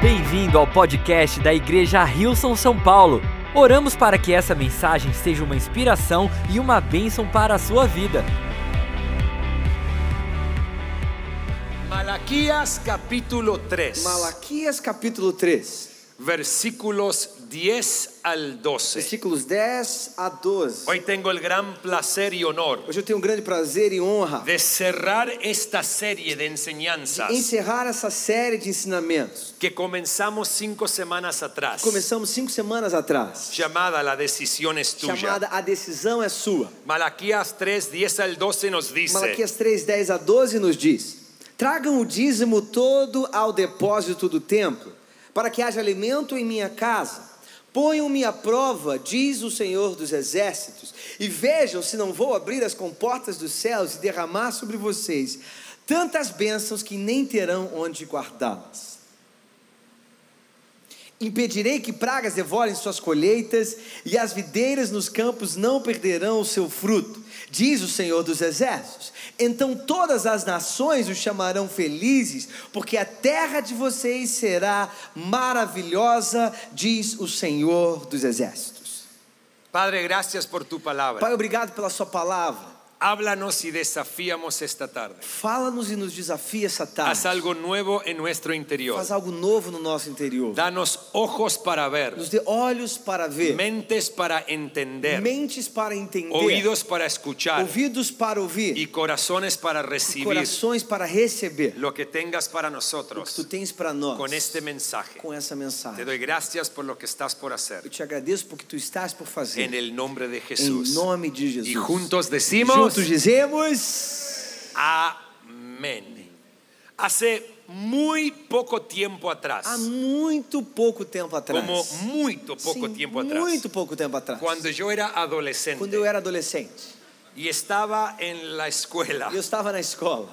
bem-vindo ao podcast da Igreja Rilson São Paulo. Oramos para que essa mensagem seja uma inspiração e uma bênção para a sua vida. Malaquías capítulo 3, Malaquias capítulo 3, versículos 10 al 12. versículos 10 a 12. Hoy tengo el gran placer y honor Hoje eu tenho um grande prazer e honra de cerrar esta serie de de enseñanzas encerrar essa série de ensinamentos. que comenzamos cinco semanas atrás, Começamos cinco semanas atrás, llamada La decisión es tuya. chamada A Decisão é Sua. Malaquías 3, 10 al 12 nos dice, Malaquias 3, 10 a 12 nos diz: Tragam o dízimo todo ao depósito do templo, para que haja alimento em minha casa. Ponham-me à prova, diz o Senhor dos Exércitos, e vejam se não vou abrir as comportas dos céus e derramar sobre vocês tantas bênçãos que nem terão onde guardá-las. Impedirei que pragas devorem suas colheitas, e as videiras nos campos não perderão o seu fruto, diz o Senhor dos Exércitos. Então todas as nações os chamarão felizes, porque a terra de vocês será maravilhosa, diz o Senhor dos Exércitos. Padre, gracias por tu Pai, palabra. obrigado pela Sua palavra. Háblanos y desafiamos esta tarde. Fala-nos e nos desafia essa tarde. Haz algo nuevo en nuestro interior. Faz algo novo no nosso interior. Danos ojos para ver. Nos dê olhos para ver, mentes para entender, mentes para entender, oídos para escuchar ouvidos para ouvir. y corazones para recibir corações para receber lo que tengas para o que tu nosotros tens para nós con este mensaje. com essa Te mensagem. doy gracias por lo que estás por Eu hacer te agradeço porque tu estás por fazer. en el nombre de em Jesús. nome de Jesus. Y juntos decimos Juntos dizemos. amén. Hace muy poco tiempo atrás, Há muito pouco tempo atrás. como muy poco Sim, tiempo atrás, muito pouco tempo atrás. cuando yo era Quando eu adolescente era adolescente. y estaba en la escuela Eu estava na escola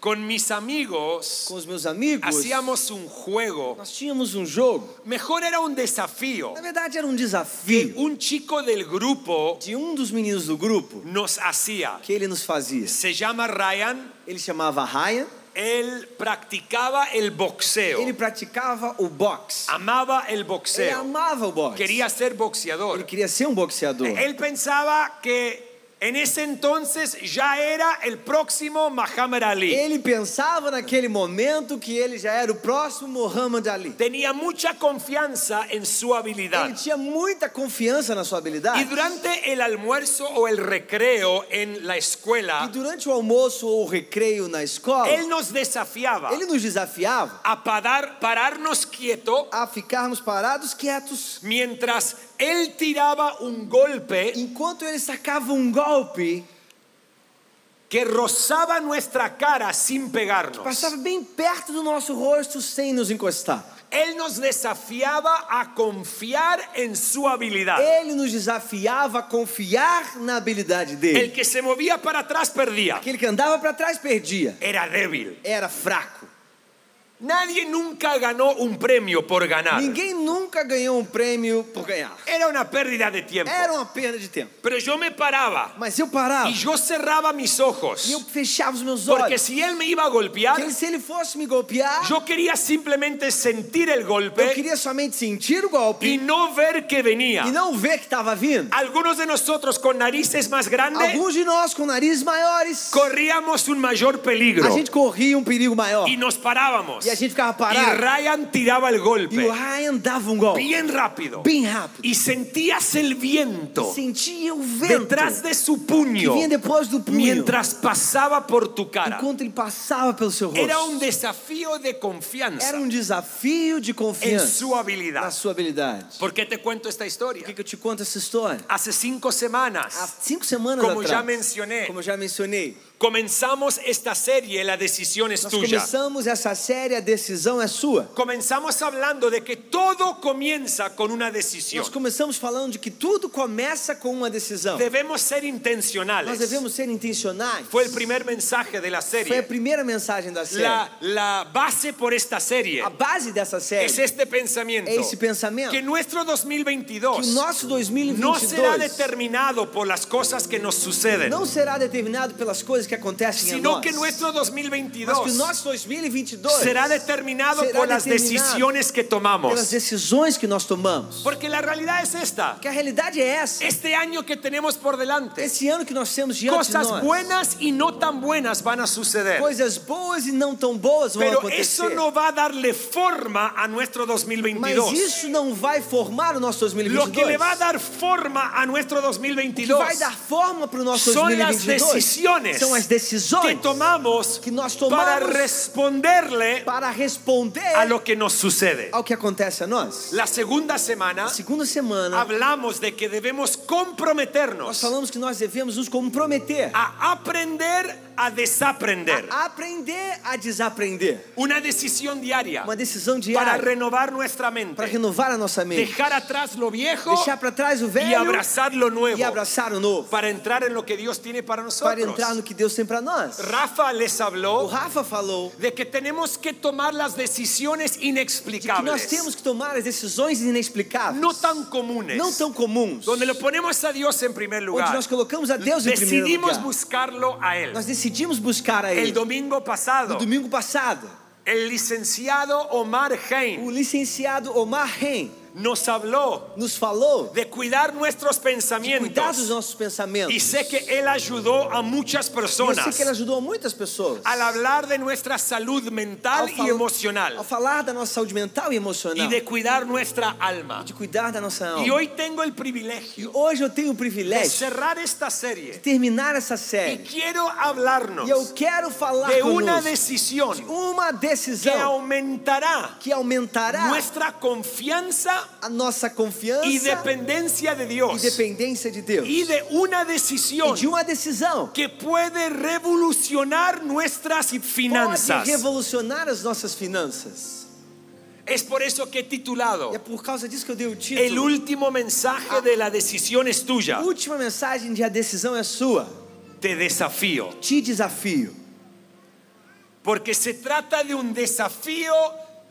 con mis amigos, com os meus amigos. Hacíamos un juego. Nós tínhamos um jogo. Mejor era un desafío. Na verdade era um que desafio un chico del grupo de um dos meninos do grupo nos hacía. que ele nos fazia. Se llama Ryan. Ele chamava Ryan. Él practicaba el Ele boxeo. praticava o boxe. Amaba el Ele boxeo. amava o boxe. Quería ser Ele boxeador. queria ser um boxeador. Él pensaba que en ese entonces ya era el próximo Muhammad Ali. Ele pensava naquele momento que ele já era o próximo Muhammad Ali. Tenía mucha confianza en su Ele habilidad. tinha muita confiança na sua Y habilidade. durante el almuerzo o el recreo en la E escuela, durante o almoço ou o recreio na escola, Él nos desafiaba ele nos desafiava a parar- pararnos quieto a ficarmos parados quietos mientras Él tiraba un golpe enquanto ele sacava um golpe que rozaba nuestra cara sin passava pegarnos. bem perto do nosso rosto sem nos encostar. Él nos desafiaba a confiar en su habilidad. Ele nos desafiava a confiar na habilidade El dele. que se movía para atrás perdía. Aquele que andava para trás perdia. Era débil. Era fraco. Nadie nunca ganó un premio por ganar. Ninguém nunca ganhou um prêmio por ganhar. Era una pérdida de tiempo. Era uma perda de tempo. Pero yo me paraba Mas eu parava y e yo cerraba mis eu ojos. fechava os meus Porque olhos. si Él me iba a golpear, Porque se ele fosse me golpear, Yo quería simplemente sentir el eu golpe queria somente sentir o y golpe no ver que venía. e não ver que estava vindo. Algunos de nosotros con narices más grandes Alguns de nós com narizes maiores, corríamos un mayor a peligro gente corria um perigo maior. y nos parábamos. E a gente ficava Y parado. Ryan tiraba el E o golpe Ryan dava um golpe bien rápido bem rápido. y sentías el viento Sentia o vento detrás de su que puño vinha depois do punho mientras pasaba por tu cara. enquanto ele passava pelo seu Era um un rosto. desafío de Era confianza um desafio de en confianza su na habilidad. sua habilidade. ¿Por qué te cuento esta Por que, historia? que eu te conto essa história? Hace cinco Há semanas cinco semanas Como atrás, já mencionei. como eu já mencionei, Comenzamos esta serie, La decisión es nós tuya. começamos essa série A Decisão é Sua. Comenzamos hablando de que todo comienza con una Nós decisión. começamos falando de que tudo começa com uma decisão. Debemos ser Nós intencionales. devemos ser intencionais. Fue el primer mensaje de la Foi a serie. primeira mensagem da série. La, la base por esta serie A base dessa série es este pensamiento. é esse pensamento. Que nuestro que o 2022 nosso 2022 no será determinado por las cosas que nos suceden, não será determinado pelas coisas que acontecem a sino nós. que nuestro Mas que o 2022 nosso 2022 é será determinado será por las determinado decisiones que pelas tomamos. decisões que nós tomamos. Porque la realidad es esta. Porque a realidade é essa. Este año que tenemos por delante, Esse ano que nós temos diante de cosas nós, buenas y no tan buenas van a suceder. coisas boas e não tão boas vão Pero acontecer. eso no va a darle forma a nuestro Mas 2022. isso não vai formar o nosso Lo 2022. que le va a dar forma a nuestro O que 2022 vai dar forma para o nosso son las 2022 decisiones são as que decisões tomamos que nós para tomamos responderle para responder a lo que nos sucede. ao que acontece a nós. La segunda semana Na segunda semana, hablamos de que debemos nós comprometernos falamos que nós devemos nos comprometer a aprender a desaprender. a aprender a desaprender. Una decisión diaria Uma decisão para diária renovar nuestra para mente, renovar a nossa mente, dejar atrás lo viejo deixar para trás o y velho abrazar lo e nuevo. abraçar o novo, para entrar en lo que Dios tiene para para entrar nosotros. no que Deus tem para nós. Rafa les O habló Rafa falou de que tenemos que tomar las decisiones que nós inexplicables, temos que tomar as decisões inexplicáveis, no tan comunes, não tão comuns, donde lo ponemos a Dios en primer onde lugar. nós colocamos a Deus em primeiro Decidimos lugar. buscarlo a Él. Nós decidimos buscar a El Ele. domingo No pasado, domingo passado, el licenciado Omar o Hein licenciado Omar Ren nos habló nos falou de cuidar nuestros de cuidar dos pensamientos nossos pensamentos. y sé que Él ayudó a muchas Eu sei personas que ele ajudou muitas pessoas al hablar de nuestra salud mental fal- y emocional. ao falar da nossa saúde mental e emocional, y de cuidar nuestra alma. de cuidar da nossa alma. Y hoy tengo el E privilegio hoje eu tenho o de privilégio cerrar esta de serie terminar essa y série. quiero hablarnos E eu quero falar de conosco una de decisión uma que decisão aumentará que aumentará nuestra confianza a nossa confiança y dependencia de e Dios dependência de Deus. y de una E decisión de uma decisão que puede revolucionar nuestras finanzas. pode revolucionar as nossas finanças. Es por eso que he E é titulado por causa disso que eu dei o título. El último mensaje de la decisión es tuya. Última mensagem de a decisão é sua. Te desafío. Te desafio. Porque se trata de un desafío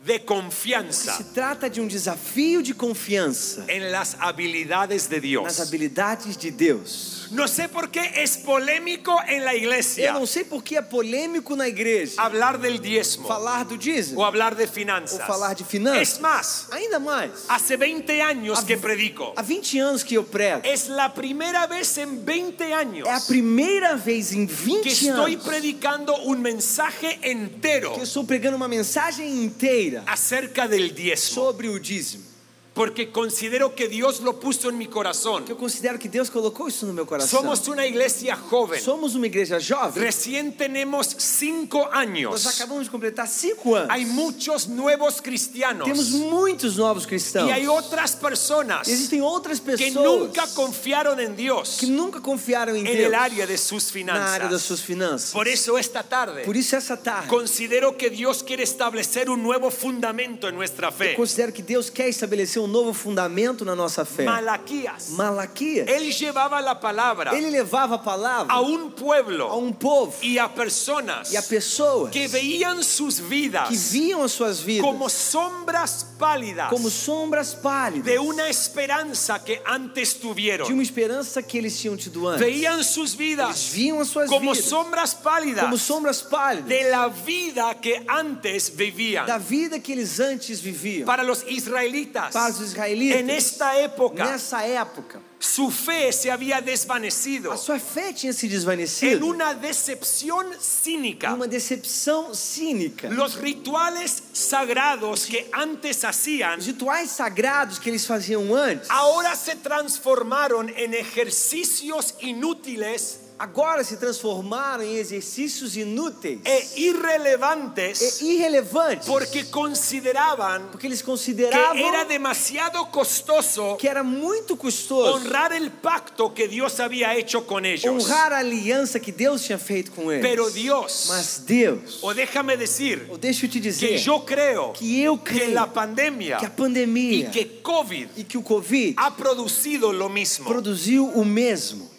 de Se confianza trata de um desafio de confiança en las habilidades de nas Dios. habilidades de Deus. No sé por qué es polémico en la Eu iglesia não sei por que é polêmico na igreja hablar del diezmo falar do dízimo o hablar de ou finanzas. falar de Es finanças. más, Ainda mais, hace 20 años Há- que predico. há 20 anos que eu prego. Es la primera vez en 20 años É a primeira vez em que 20 estoy anos predicando un mensaje entero que eu estou pregando uma mensagem inteira acerca del diezmo. sobre o dízimo. Porque considero que Dios lo puso en mi corazón. Que eu considero que Deus colocou isso no meu coração. Somos una iglesia joven. Somos uma igreja jovem. Recién tenemos cinco Nós años. acabamos de completar cinco anos. Hay muchos nuevos cristianos Temos muitos novos y cristãos. hay otras personas Existem outras que pessoas nunca confiaron en Dios que nunca confiaram em en el Deus área de sus na área finanzas. das suas finanças. Por eso esta tarde Por isso, essa tarde, considero que Dios quiere establecer un nuevo fundamento en nuestra eu fe. considero que Deus quer estabelecer um novo fundamento na nossa fé. Malaquías, Malaquias, él llevaba la palabra ele levava a palavra a un a pueblo um povo y a personas e a pessoas que veían sus que vidas viam as suas vidas como sombras pálidas como sombras pálidas de una esperanza que antes de tuvieron. uma esperança que eles tinham tido antes. Veían sus Eles vidas viam as suas como vidas sombras como pálidas sombras pálidas de la vida que antes da vivían. vida que eles antes viviam. Para É los israelitas, Para os israelitas, en esta época, Nessa época, su fe se había desvanecido a sua fé tinha se en desvanecido una decepción em cínica. uma decepção cínica. Los rituales sagrados que antes hacían Os rituais sagrados que eles faziam antes, ahora se transformaron en ejercicios inútiles agora se transformaram em exercícios inúteis e irrelevantes e irrelevantes, É porque consideraban porque eles que era consideravam demasiado costoso que era muito custoso honrar el pacto que Dios había hecho con ellos. honrar a aliança que Deus tinha feito com eles. Pero Dios, Mas Deus, o déjame decir, eu deixo eu te que dizer yo creo que eu que creio la pandemia que a y pandemia que COVID e que o Covid ha producido lo mismo. produziu o mesmo.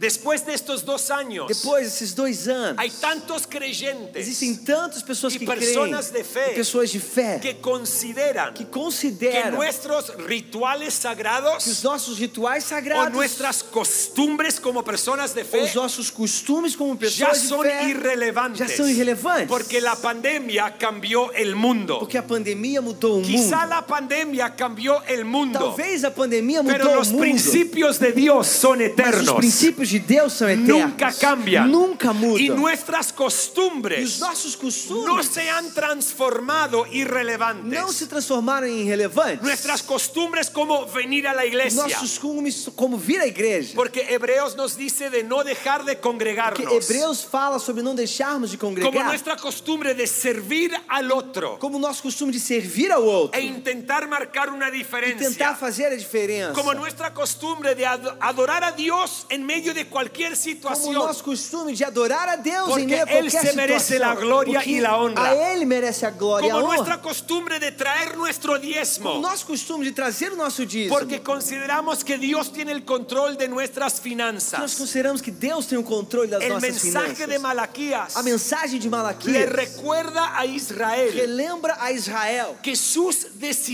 Después de estos dos años, Depois desses dois anos, hay tantos creyentes existem tantas pessoas e que personas creem, de fé e pessoas de fé, que, que consideran que consideram nuestros rituales que os sagrados nossos rituais o sagrados, nuestras costumbres como personas de ou fe os nossos costumes como ya pessoas de son fé, irrelevantes. já são irrelevantes, Porque la pandemia cambió el mundo. porque a pandemia mudou o mundo. Quizá la pandemia cambió el mundo, Talvez a pandemia mudou pero los o mundo, principios de Dios son mas os eternos. princípios de Deus são eternos, Nunca cambian. nunca mudam, Y nuestras E os costumbres nossos no costumes se han transformado irrelevantes. não se transformaram em relevantes. Nuestras costumbres como venir a la iglesia. Nossos costumes, como vir à igreja. Porque Hebreos nos dice de no dejar de Porque congregarnos. Hebreus fala sobre não deixarmos de Como congregar, nuestra costumbre de servir al otro como nosso costume de servir ao outro, e intentar marcar una e tentar diferencia. fazer a diferença, Como nuestra costumbre de ad- adorar a Dios en medio de cualquier como situación. nosso costume de adorar a Deus Porque em meio a Ele qualquer se merece situação, la gloria porque e la honra. A Ele merece a glória e a Como honra. nuestra costumbre de traer nuestro diezmo. Nosso costume de trazer o nosso dízimo, Porque consideramos que Dios tiene el control de nuestras nós finanzas. consideramos que Deus tem o controle das El nossas mensaje finanças. de Malaquías a mensagem de le Malaquias recuerda a Israel relembra a Israel que sus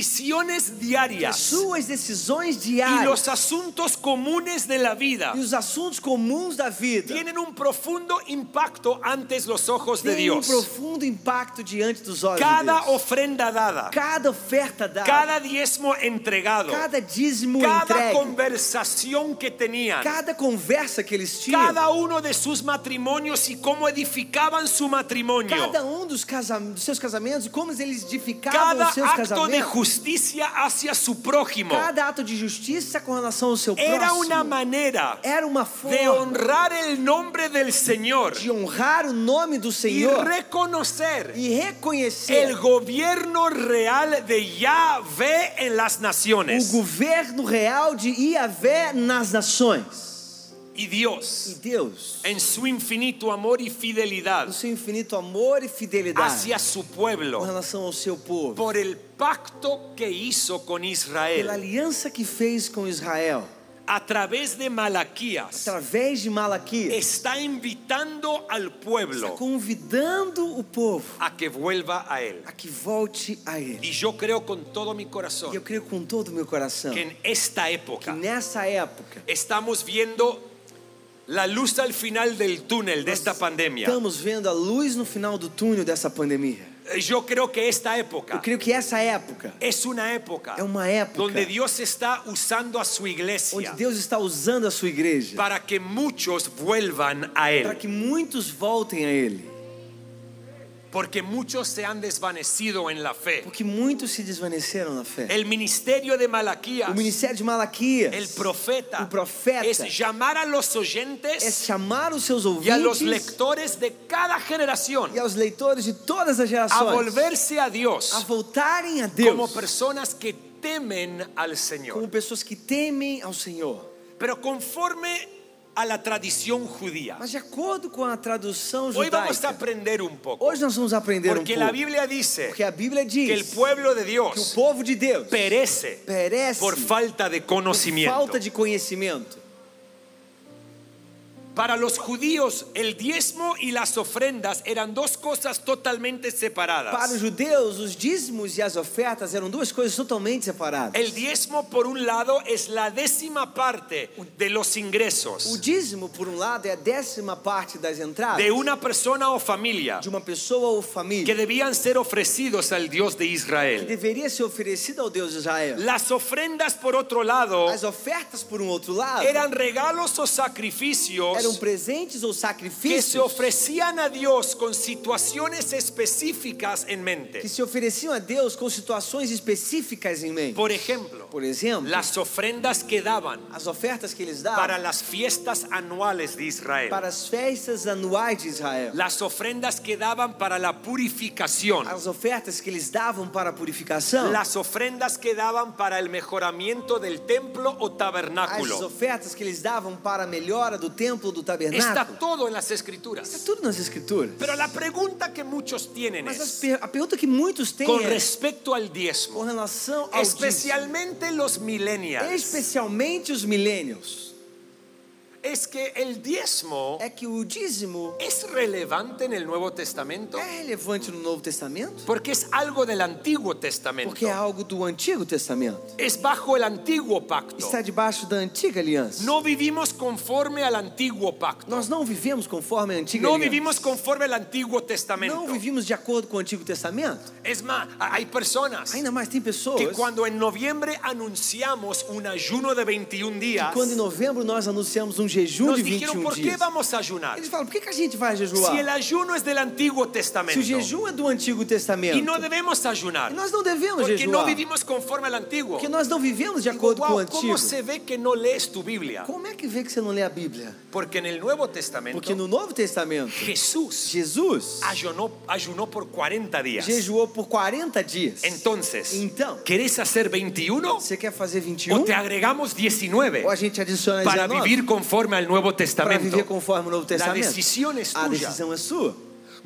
decisiones as diarias suas decisões y diárias los asuntos comunes de la vida e os assuntos comuns da vida tienen un profundo impacto ante los ojos de têm um Dios. profundo impacto diante dos olhos de Cada Deus. ofrenda dada, cada oferta dada, cada diezmo entregado, cada dízimo cada entregue, conversación que tenían, cada conversa que eles tinham, cada uno de sus matrimonios y cómo edificaban su matrimonio, cada um dos, casa- dos seus casamentos, como eles edificavam cada os seus acto de casamentos, justicia hacia su prójimo, cada ato de justiça com relação ao seu era próximo, una manera era uma de forma honrar el nombre del Señor de honrar o nome do y Senhor reconocer e reconhecer el gobierno real de Yahvé en las o naciones. governo real de Iavé nas nações. Y E Dios, Deus, en su infinito amor y fidelidad no seu infinito amor e fidelidade hacia su com pueblo, relação ao seu povo, por el pacto que hizo con pela Israel, aliança que fez com Israel, a través de Malaquías, através de Malaquias, está invitando al está pueblo convidando o povo a que vuelva a él. a que volte a ele. Y yo creo con todo mi E eu corazón creio com todo o meu coração que en esta que e- época nessa época estamos viendo la luz al final del túnel de esta pandemia. estamos vendo a luz no final do túnel dessa pandemia. Yo creo que esta Eu época creio que essa época es una época é uma época donde Dios está usando a su onde iglesia Deus está usando a sua igreja para que muchos vuelvan a para Él, que muitos voltem a Ele, porque muchos se han desvanecido en la fe. porque muitos se desvaneceram na fé. El ministerio de Malaquías, O ministério de Malaquias el profeta, o profeta, es llamar a los oyentes é chamar os seus y a los ouvintes lectores de cada generación e aos leitores de todas as a gerações volverse a Dios. a voltarem a como Deus personas que temen al como Señor. pessoas que temem ao Senhor. Pero conforme a la tradición judía, Mas de acordo com a tradução hoy vamos a judaica, aprender un poco. hoje nós vamos aprender um Porque la pouco, Biblia dice porque a Bíblia diz que el pueblo de que o Dios povo de Deus perece perece por falta de por conocimiento. falta de conhecimento. Para los judíos, el diezmo y las ofrendas eran dos cosas totalmente Para os separadas. judeus, os dízimos e as ofertas eram duas coisas totalmente separadas. El diezmo, por un lado, es la décima parte de los O ingresos dízimo, por um lado, é a décima parte das entradas de una persona o familia. de uma pessoa ou que família debían ser ofrecidos al Dios de que Israel. deveria ser oferecida ao Deus de Israel. Las ofrendas, por otro lado, As ofertas, por um outro lado, eran regalos o eram sacrificios presentes ou que se sacrifícios ofrecían a Dios con situaciones específicas en mente. que se ofereciam a Deus com situações específicas em mente. Por ejemplo, Por exemplo, las ofrendas que daban as ofertas que eles para davam las fiestas anuales de Israel, para as festas anuais de Israel, las ofrendas que daban para la purificación, as ofertas que eles davam para a purificação, las ofrendas que daban para el mejoramiento del templo o as tabernáculo. ofertas que eles davam para a melhora do templo do Está tabernáculo. todo en las escrituras. Está tudo nas escrituras. Pero la pregunta que muchos tienen Mas as es per- a pergunta que muitos têm con é respecto al com diezmo, relação ao dízimo, especialmente los millennials. especialmente os millennials. es que el diezmo é que o dízimo es relevante en el Nuevo Testamento é relevante no Novo Testamento porque es algo del Antiguo Testamento. porque é algo do Antigo Testamento. Es bajo el Antiguo Pacto. Está debaixo da antiga aliança. No vivimos conforme al Antiguo Pacto. Nós não vivemos conforme a antiga No aliança. vivimos conforme al Antiguo Não Testamento. vivimos de acordo com o Antigo Testamento. Es más, a- hay personas Ainda mais tem pessoas que cuando en noviembre anunciamos un ayuno de 21 días, quando em novembro nós anunciamos um jejum nos de dijeron, 21 ¿por qué dias. vamos a ayunar? Eles falam, por que, que a gente vai jejuar? Si el ayuno es del Antiguo Se o Testamento jejum é do Antigo Testamento, y no debemos e ayunar, nós não devemos porque no jejuar, vivimos conforme al Antiguo. porque nós não vivemos de Digo, acordo com o "Guau, Antigo. ¿Cómo se ve que no lees tu Biblia? Como é que vê que você não lê a Bíblia? Porque en el Nuevo Testamento Porque no Novo Testamento, Jesús Jesus ayunó, ayunó por 40 días. jejuou por 40 dias. Entonces, Então. ¿querés hacer 21? Você quer fazer ¿O 21? te agregamos 19? Ou a gente adiciona para 19? vivir conforme al Nuevo para Testamento. viver conforme o Novo Testamento? Ah, decisión es a tuya. decisão é sua.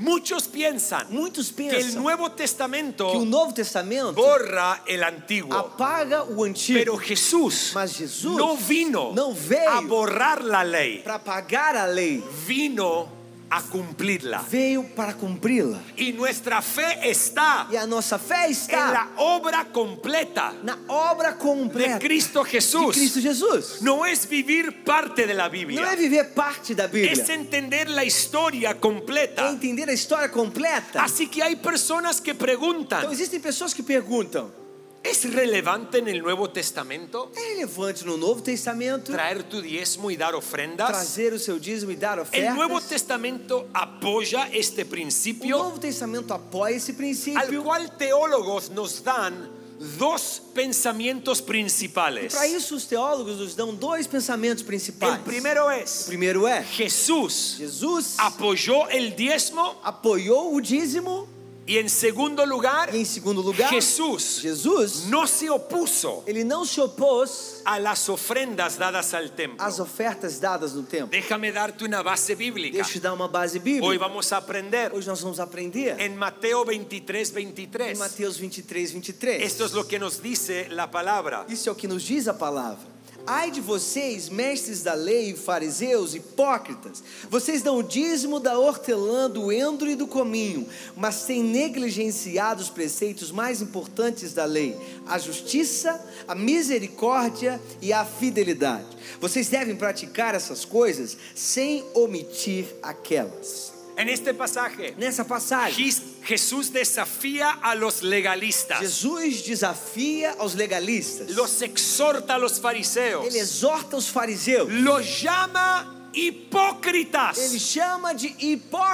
Muchos piensan Muitos que el pensam Nuevo Testamento que o Novo Testamento borra el Antiguo, apaga o Antigo. pero Jesús Mas Jesus no vino não veio a borrar la ley, para pagar a lei, vino a cumplirla. veio para cumpri-la. Y nuestra fe está E a nossa fé en está la obra completa na obra de completa Cristo de Jesús. Cristo Jesus. No es vivir parte de la Não é Biblia, viver parte da Bíblia, es entender la historia é completa. entender a história completa. Así que hay personas que preguntan, Então existem pessoas que perguntam: ¿Es relevante en el Nuevo Testamento é relevante no Novo Testamento traer tu diezmo y dar ofrendas? trazer o seu dízimo e dar ofertas? El Nuevo Testamento apoya este o principio, Novo Testamento apoia esse al princípio. cual teólogos nos dan dos pensamientos principales. Para isso, os teólogos nos dão dois pensamentos principais. El primero o es, primeiro é: Jesús Jesus apoyó el diezmo apoiou o dízimo, y en segundo lugar, e em segundo lugar, Jesús Jesus no se opuso Ele não se opôs a las ofrendas dadas al templo. às ofertas dadas no templo. Déjame darte una base bíblica. Deixa eu dar uma base Hoy bíblica. vamos a aprender Hoje nós vamos aprender En Mateo 23, em 23. Mateus 23, 23. Esto es lo que nos dice la palabra. Isso é o que nos diz a palavra. Ai de vocês, mestres da lei, fariseus, hipócritas, vocês dão o dízimo da hortelã, do endro e do cominho, mas têm negligenciado os preceitos mais importantes da lei: a justiça, a misericórdia e a fidelidade. Vocês devem praticar essas coisas sem omitir aquelas. En este pasaje, Nessa passagem, Jes- Jesús desafía a los legalistas, Jesus desafia aos legalistas, los exhorta a los fariseos, ele exorta os fariseus. los llama Ele hipócritas. chama de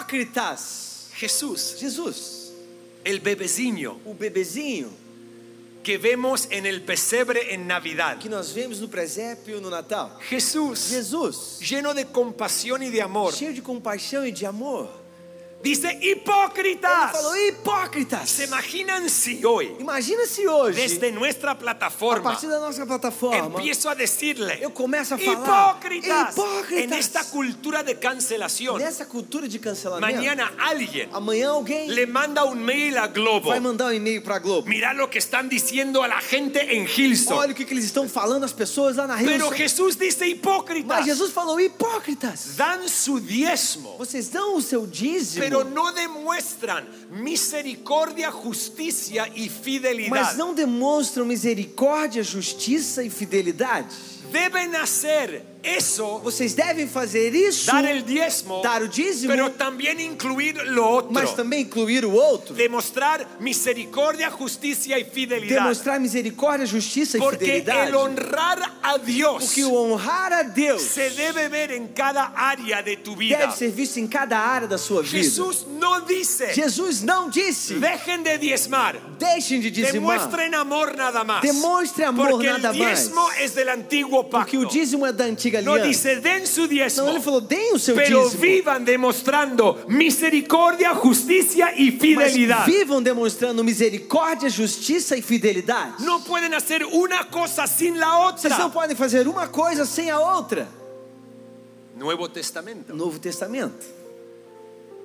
hipócritas. Jesús, Jesus, el bebezinho o bebezinho que vemos en el pesebre en Navidad. que nós vemos no presépio no Natal. Jesús, Jesus, lleno de compasión y de amor, cheio de compaixão e de amor, dice ele hipócritas. falou: hipócritas. ¿Se imaginan si hoy, Imagina se hoje, desde nuestra a plataforma, partir da nossa plataforma, Empiezo a decirle, Eu começo a falar, hipócritas, "Hipócritas". en esta cultura de cancelación, nessa cultura de cancelamento, mañana alguien amanhã alguém le manda un mail a Globo. vai mandar um e-mail para Globo. Mirá lo que están diciendo a la gente en Hilson. Olha o que, que eles estão falando às pessoas lá na Pero Rio. Jesús dice hipócritas, Mas Jesus falou: hipócritas. dan su diezmo, Vocês dão o seu dízimo, pero no demuestran misericordia, justicia y mas fidelidad. não demonstram misericórdia, justiça e fidelidade. Deben hacer eso, Vocês devem fazer isso, dar el diezmo, dar o dízimo, pero también incluir lo otro. mas também incluir o outro, demostrar misericordia, justicia y fidelidad. demonstrar misericórdia, justiça e Porque é fidelidade. el honrar a Dios Porque o honrar a Deus se debe ver en cada área de tu deve vida. ser visto em cada área da sua vida. Jesús no dice, Jesus não disse, dejen de diezmar, deixem de dizimar, demuestren amor nada más. Demuestre amor Porque el nada más. diezmo es del antiguo porque o pacto. dízimo é da antiga No aliança. dice, den su Não, ele diezmo. falou, deem o seu Pero dízimo, vivan demostrando misericordia, justicia y mas fidelidad. vivam demonstrando misericórdia, justiça e fidelidade. No pueden hacer una cosa sin la Vocês não otra. podem fazer uma coisa sem a outra. Nuevo Testamento. Novo Testamento.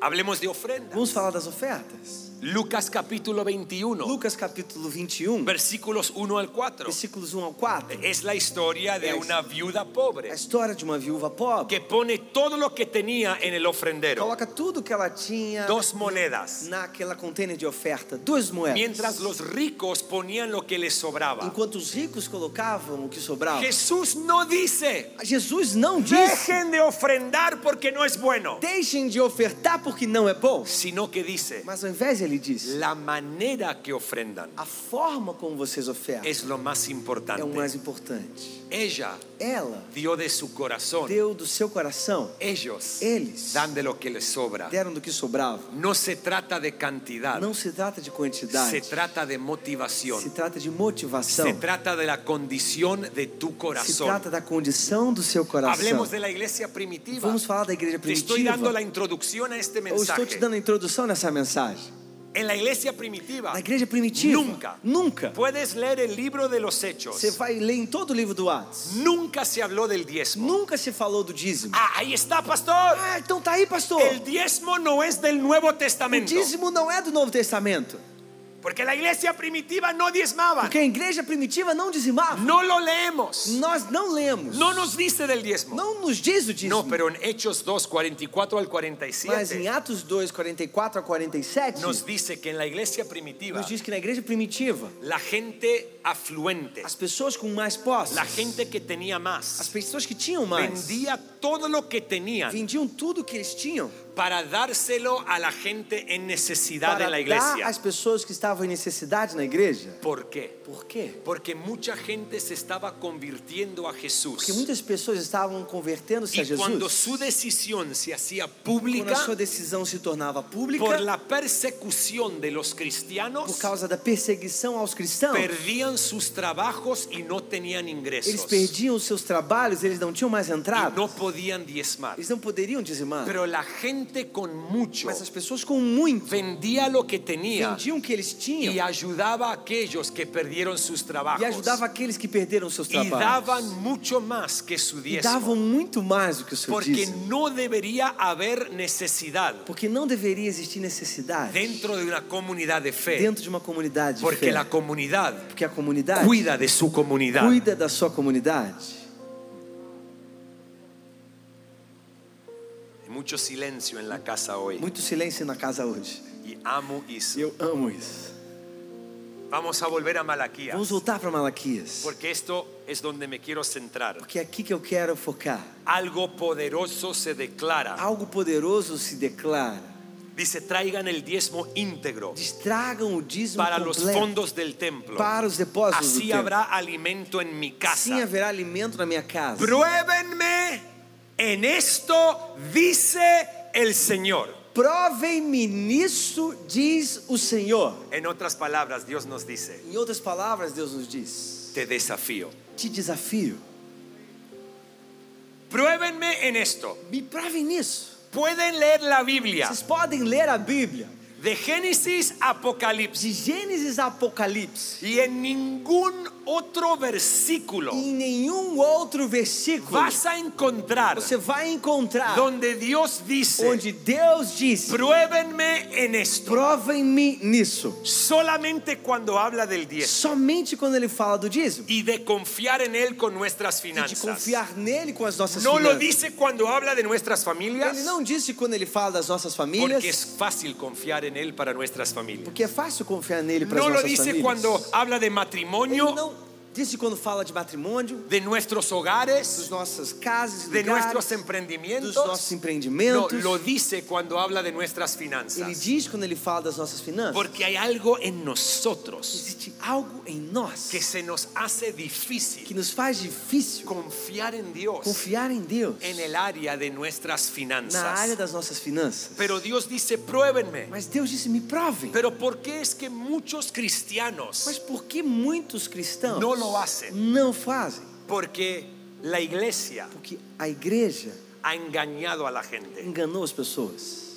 Hablemos de ofrenda. Vamos falar das ofertas. Lucas capítulo 21, Lucas capítulo 21, versículos 1 al 4. versículos 1 ao 4. Es la historia de una viuda pobre A história de uma viúva pobre que pone todo lo que tenía en el ofrendero, coloca tudo que ela tinha dos monedas, naquela container de oferta, duas moedas. mientras los ricos ponían lo que les sobraba. Enquanto os ricos colocavam o que sobrava. Jesús no dice, Jesus não disse: dejen de ofrendar porque no es bueno, "Deixem de ofertar porque não é bom". sino que dice, Mas ao invés ele diz: la manera que ofrendan "A forma como vocês ofertam es lo más é o importante. mais importante". Ella Ela dio de su corazón. deu do seu coração. Ellos Eles dan de lo que les sobra. Deram do que sobrava. No se trata de cantidad, Não se trata de se quantidade. trata de motivación. Se trata de motivação. Se trata de la condición de tu Se corazón. trata da condição do seu coração. Hablemos de la iglesia primitiva. Vamos falar da igreja Te estoy dando la primitiva. introducción a este Eu estou te mensaje. dando a introdução nessa mensagem. En la iglesia primitiva, Na igreja primitiva, Ah, nunca, nunca. Puedes leer el libro de los hechos. Você vai ler em todo o livro do Atos. Nunca se habló del diezmo. Nunca se falou do dízimo. Ah, ahí está, pastor. Ah, então tá aí, pastor. El diezmo no es del Nuevo O Testamento. dízimo não é do Novo Testamento. Porque la iglesia primitiva no diezmaba. Porque a igreja primitiva não dizimava. No lo leemos. Nós não lemos. No nos dice del diezmo. Não nos diz o dízimo. No, pero en Hechos 2, 44 al Mas em 47 Atos 2, 44 a 47, nos dice que en la iglesia primitiva nos diz que na igreja primitiva, la gente afluente, as pessoas com mais posses, la gente que tenía as más, pessoas que tinham mais, vendía todo lo que tenían vendiam tudo que eles tinham para dárselo a la gente en necesidad para en la dar iglesia. às pessoas que estavam em necessidade na igreja. ¿Por quê? Por quê? Porque mucha gente se estaba convirtiendo a Jesús. Porque muitas pessoas estavam convertendo-se a y cuando Jesus. su decisión se hacía Quando a pública sua decisão se tornava pública, por la persecución de los cristianos, por causa da perseguição aos cristãos. perdían sus trabajos y no tenían Eles ingresos. Y perdiam os seus trabalhos, eles não tinham mais entrada. no podían diezmar. Eles não poderiam dizimar. Pero la gente con mucho Mas as pessoas com muito vendía lo que tenía vendiam o que eles tinham y ayudaba a aquellos que perdieron sus e trabajos. ajudava aqueles que perderam seus Y trabalhos. daban mucho más que su E davam diezmo. muito mais do que o seu Porque dízimo. no debería haber necesidad Porque não deveria existir necessidade dentro de una comunidad de fe. dentro de uma comunidade de Porque fé. la comunidad Porque a comunidade cuida de su comunidad. cuida da sua comunidade. Hay mucho silencio en la casa hoy. Muito silêncio na casa hoje. Y amo eso. Eu amo isso. Vamos a volver a Malaquías. Vamos voltar para Malaquias. Porque esto es donde me quiero centrar. Porque é aqui que eu quero focar. Algo poderoso se declara. Algo poderoso se declara. Dice, traigan el diezmo íntegro Distragam o dízimo para los completo fondos del templo. para os depósitos do Así templo. habrá alimento en mi Assim casa. haverá alimento na minha casa. Pruébenme en esto, dice el Señor. Provem-me nisso, diz o Senhor. En otras palabras, Dios nos dice, Em outras palavras, Deus nos diz: te desafío. Te desafio. Pruébenme en esto. Me provem nisso. Pueden leer la Biblia Vocês podem ler a Bíblia, de Génesis a Apocalipsis de Gênesis a Apocalipse, y en ningún otro versículo e em nenhum outro versículo vas a encontrar você vai encontrar donde Dios dice, onde Deus diz: pruébenme en esto. Provem-me nisso. Solamente cuando habla del 10 Somente quando ele fala do dízimo y de confiar en Él con nuestras e de finanzas. confiar nele com as nossas No lo finanças. dice cuando habla de nuestras Ele familias, não disse quando ele fala das nossas famílias, porque es fácil confiar en Él para nuestras familias. porque é fácil confiar nele para No as lo nossas dice famílias. cuando habla de Ele matrimonio, não disse quando fala de matrimônio, de nuestros das hogares, nossas casas, de nuestros lugares, emprendimientos. dos nossos No, empreendimentos. lo dice cuando habla de nuestras Ele finanzas. diz quando ele fala das nossas finanças. Porque hay algo en nosotros existe algo em nós que se nos hace que difícil nos faz difícil confiar en Dios confiar em Deus en el área de nuestras na área finanzas. das nossas finanças. Pero Dios dice, pruébenme. Mas Deus disse: me provem. Pero ¿por qué es que muchos Mas cristianos por que muitos cristãos no lo hacen? não fazem? Porque la iglesia Porque a igreja ha engañado a la gente. enganou as pessoas.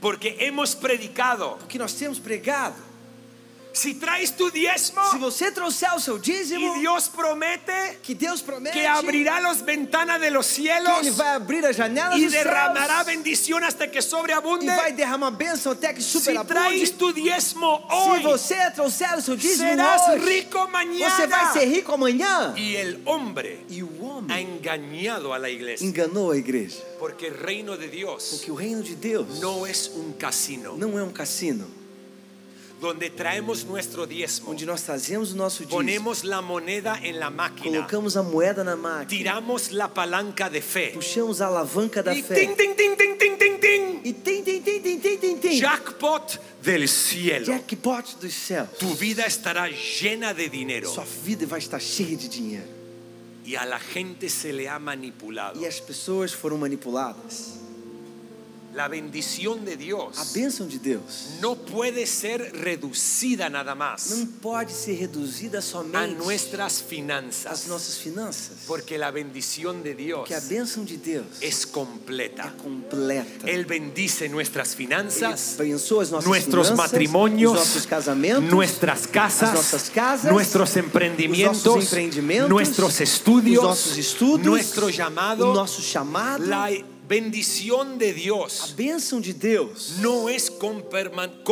Porque hemos predicado Porque nós temos pregado Si traes tu diezmo Se você trouxer o seu dízimo, y Dios promete que Deus promete que abrirá las ventanas de los que Ele cielos vai abrir as janelas y dos céus derramará bendición hasta que e sobreabunde. vai derramar bênção até que Si superabunde. traes tu diezmo Se hoy, você trouxer o seu dízimo serás hoje, rico mañana. você vai ser rico amanhã. Y el hombre E o ha homem engañado a la iglesia enganou a igreja, porque el reino de Dios porque o reino de Deus no es un casino não é um cassino, donde traemos nuestro diezmo, onde nós trazemos o nosso dízimo, ponemos la moneda en la máquina, colocamos a moeda na máquina, tiramos la palanca de fe puxamos a alavanca da y ting, fé. ting, ting, ting, ting, ting, ting, E tem, tem, tem, tem, tem, tem, tem. jackpot del cielo. Jackpot dos céus. Tu vida estará llena de dinero Sua vida vai estar cheia de dinheiro. y a la gente se le ha manipulado. E as pessoas foram manipuladas. La bendición de A Dios bênção de Deus no puede ser reducida nada más não pode ser reduzida a somente nuestras às finanzas, nossas finanças. porque la bendición de Dios Porque a bênção de Deus é es completa. completa. Él bendice nuestras finanzas, Ele abençoa as nossas nuestros finanças, matrimonios, os nossos casamentos, nuestras casas, as nossas casas, nuestros os emprendimientos, nossos empreendimentos, nuestros estudios, os nossos estudos, nuestro llamado, o nosso chamado. la bendición de A Dios bênção de Deus no es comparman-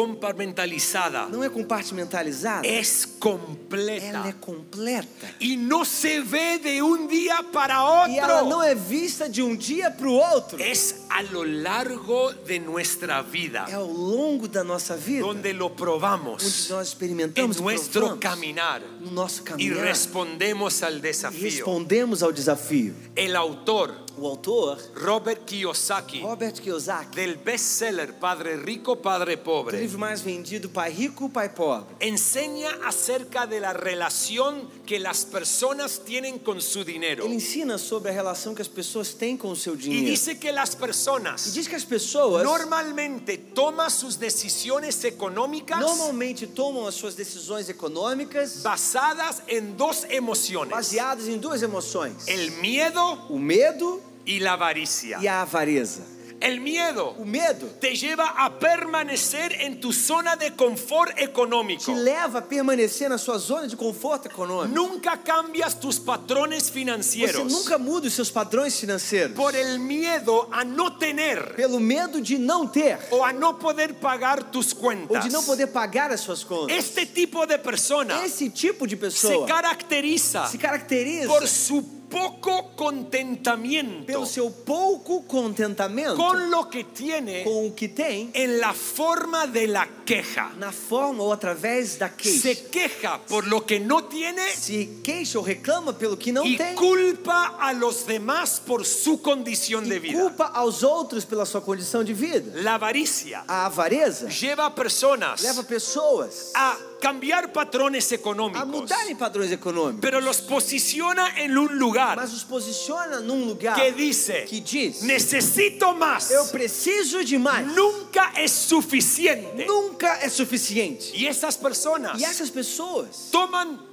compartimentalizada, não é compartimentalizada, es ela é completa completa. y no se ve de un día para E ela otro. não é vista de um dia para o outro. Es a lo largo de nuestra vida É ao longo da nossa vida donde lo onde probamos. nós en experimentamos e nuestro provamos caminar no nosso y caminho respondemos al e desafío. respondemos ao desafio. El autor O autor Robert Kiyosaki Robert Kiyosaki, del bestseller Padre Rico, Padre do Pobre, livro mais vendido Pai Rico, Pai Pobre, enseña acerca de la relación que las personas tienen con su dinero ele ensina sobre a relação que as pessoas têm com o seu y dinheiro. dice que las E personas diz que as pessoas normalmente toman sus decisiones económicas normalmente tomam as suas decisões econômicas basadas en dos emociones, baseadas em duas emoções: el miedo o medo y la avaricia. e a avareza. El miedo O medo te lleva a permanecer en tu zona de confort te económico. leva a permanecer na sua zona de conforto econômico. Nunca cambias tus patrones Você financieros Pues, nunca muda os seus padrões financeiros por el miedo a no tener pelo medo de não ter o a no poder pagar tus ou cuentas. de não poder pagar as suas contas. Este tipo de persona Esse tipo de se pessoa caracteriza se caracteriza por su poco contentamiento pelo seu pouco contentamento con lo que tiene com o que tem en la forma de la queja. na forma ou através da queixa. Se queja por lo que no tiene Se queixa ou reclama pelo que não y tem culpa a los demás por su condición de e vida. culpa aos outros pela sua condição de vida. La avaricia A avareza lleva a personas leva pessoas a cambiar patrones a económicos, mudarem padrões econômicos, pero los posiciona en un lugar mas os posiciona num lugar que dice, que diz: necesito más, eu preciso de mais. nunca es suficiente. Nunca é suficiente. Y esas personas E essas pessoas toman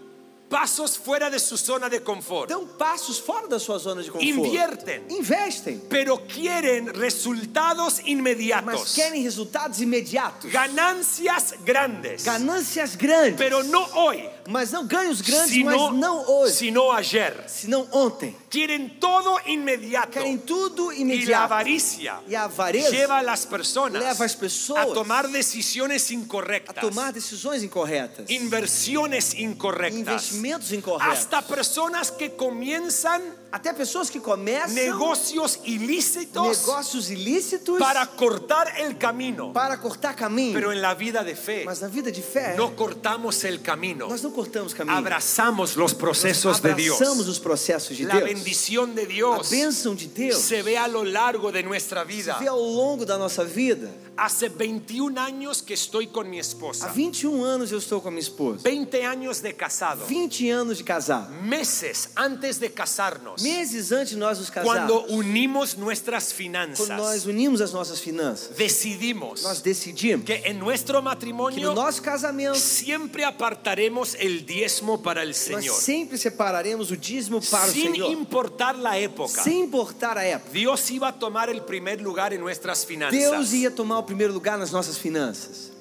pasos fuera de su zona de confort, dão passos fora da sua zona de conforto. Inviertem. Investem. pero quieren resultados Mas inmediatos, querem resultados imediatos. ganancias grandes. Ganâncias grandes. Pero no hoy, Mas não ganhos grandes, sino, mas não hoje. sino ayer. Senão ontem. Quieren todo inmediato. Querem tudo Y la imediato. avaricia E a avareza lleva a las personas leva as pessoas a tomar decisiones a incorrectas, tomar decisões incorretas. inversiones incorrectas, Investimentos incorretos. hasta personas que comienzan Até pessoas que começam negocios ilícitos negócios ilícitos para cortar el camino. para cortar caminho. Pero en la vida de fe Mas na vida de fé, no cortamos el camino, nós não cortamos caminho. abrazamos los procesos de Dios. Abraçamos os processos de La Deus. bendición de A Dios bênção de Deus se ve a lo largo de nuestra vida. se vê ao longo da nossa vida. Hace 21 años que estoy con mi Há esposa. 21 anos eu estou com a minha esposa. 20 años de casado. 20 anos de casado. Meses antes de casarnos. Meses antes de nós nos Cuando casarmos, unimos nuestras quando nós finanzas, unimos as nossas finanças, nós decidimos decidimos que en nuestro que no matrimonio nosso casamento siempre apartaremos el diezmo para el nós Señor. sempre separaremos o dízimo para o Sin Senhor, importar la época. sem importar a época. Dios iba a tomar el primer lugar en nuestras finanzas. Deus ia tomar o primeiro lugar nas nossas finanças.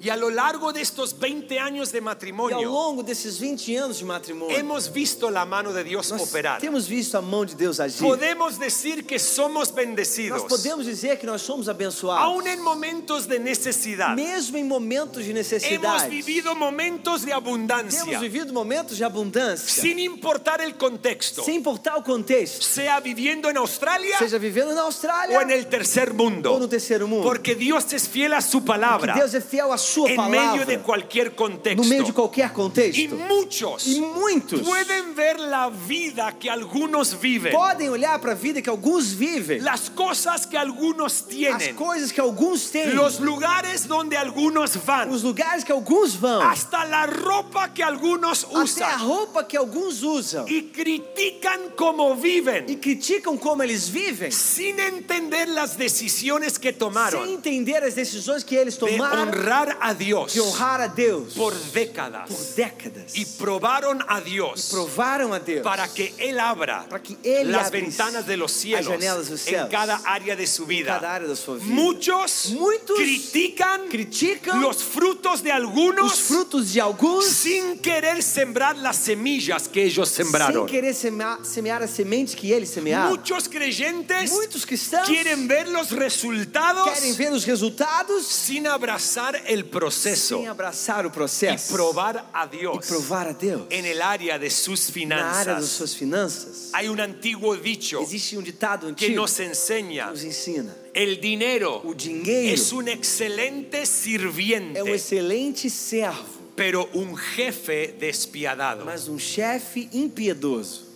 Y a lo largo de estos 20 años de E ao matrimonio longo desses 20 anos de matrimônio, hemos visto la mano de Dios nós operar. temos visto a mão de Deus agir. Podemos decir que somos Nós bendecidos, podemos dizer que nós somos abençoados. aún en momentos de necesidad. Mesmo em momentos de Hemos necessidade, vivido momentos de temos abundancia, vivido momentos de abundância, sin importar el contexto, sem importar o contexto, sea viviendo en Australia seja vivendo na Austrália o en el tercer ou no mundo, terceiro mundo. porque Dios es fiel a su Que palabra Deus é fiel à sua en medio de palavra cualquier no meio contexto. de qualquer Y contexto. muchos E muitos pueden ver la vida que algunos viven, podem olhar para a vida que alguns vivem, las cosas que algunos as tienen, coisas que alguns têm, los lugares donde algunos van, os lugares que alguns vão, hasta la ropa que algunos até usan a roupa que alguns usam y critican cómo e viven criticam como eles vivem. sin entender las decisiones que sem tomaron entender as decisões que eles de tomaram honrar a Dios de honrar a Deus por por décadas décadas y probaron a Dios provaram a Deus para que Él abra Para que Él las abra ventanas de los as cielos janelas dos en céus, cada área de su vida. cada área da sua vida. Muchos, Muitos critican, criticam los frutos de os algunos frutos de alguns sin querer sembrar las semillas que ellos sem sembraron. querer semear, semear a semente que eles semearam. Muchos creyentes Muitos cristãos quieren ver los resultados querem ver os resultados sin abrazar el proceso sem abraçar o y processo probar a e Dios provar a Deus en el área de sus na área das finanzas. suas finanças. Hay un antiguo dicho Existe um ditado que antigo nos É que enseña nos ensina: El dinero o dinheiro es un excelente sirviente, é um excelente servo, pero un jefe despiadado. mas um chefe impiedoso.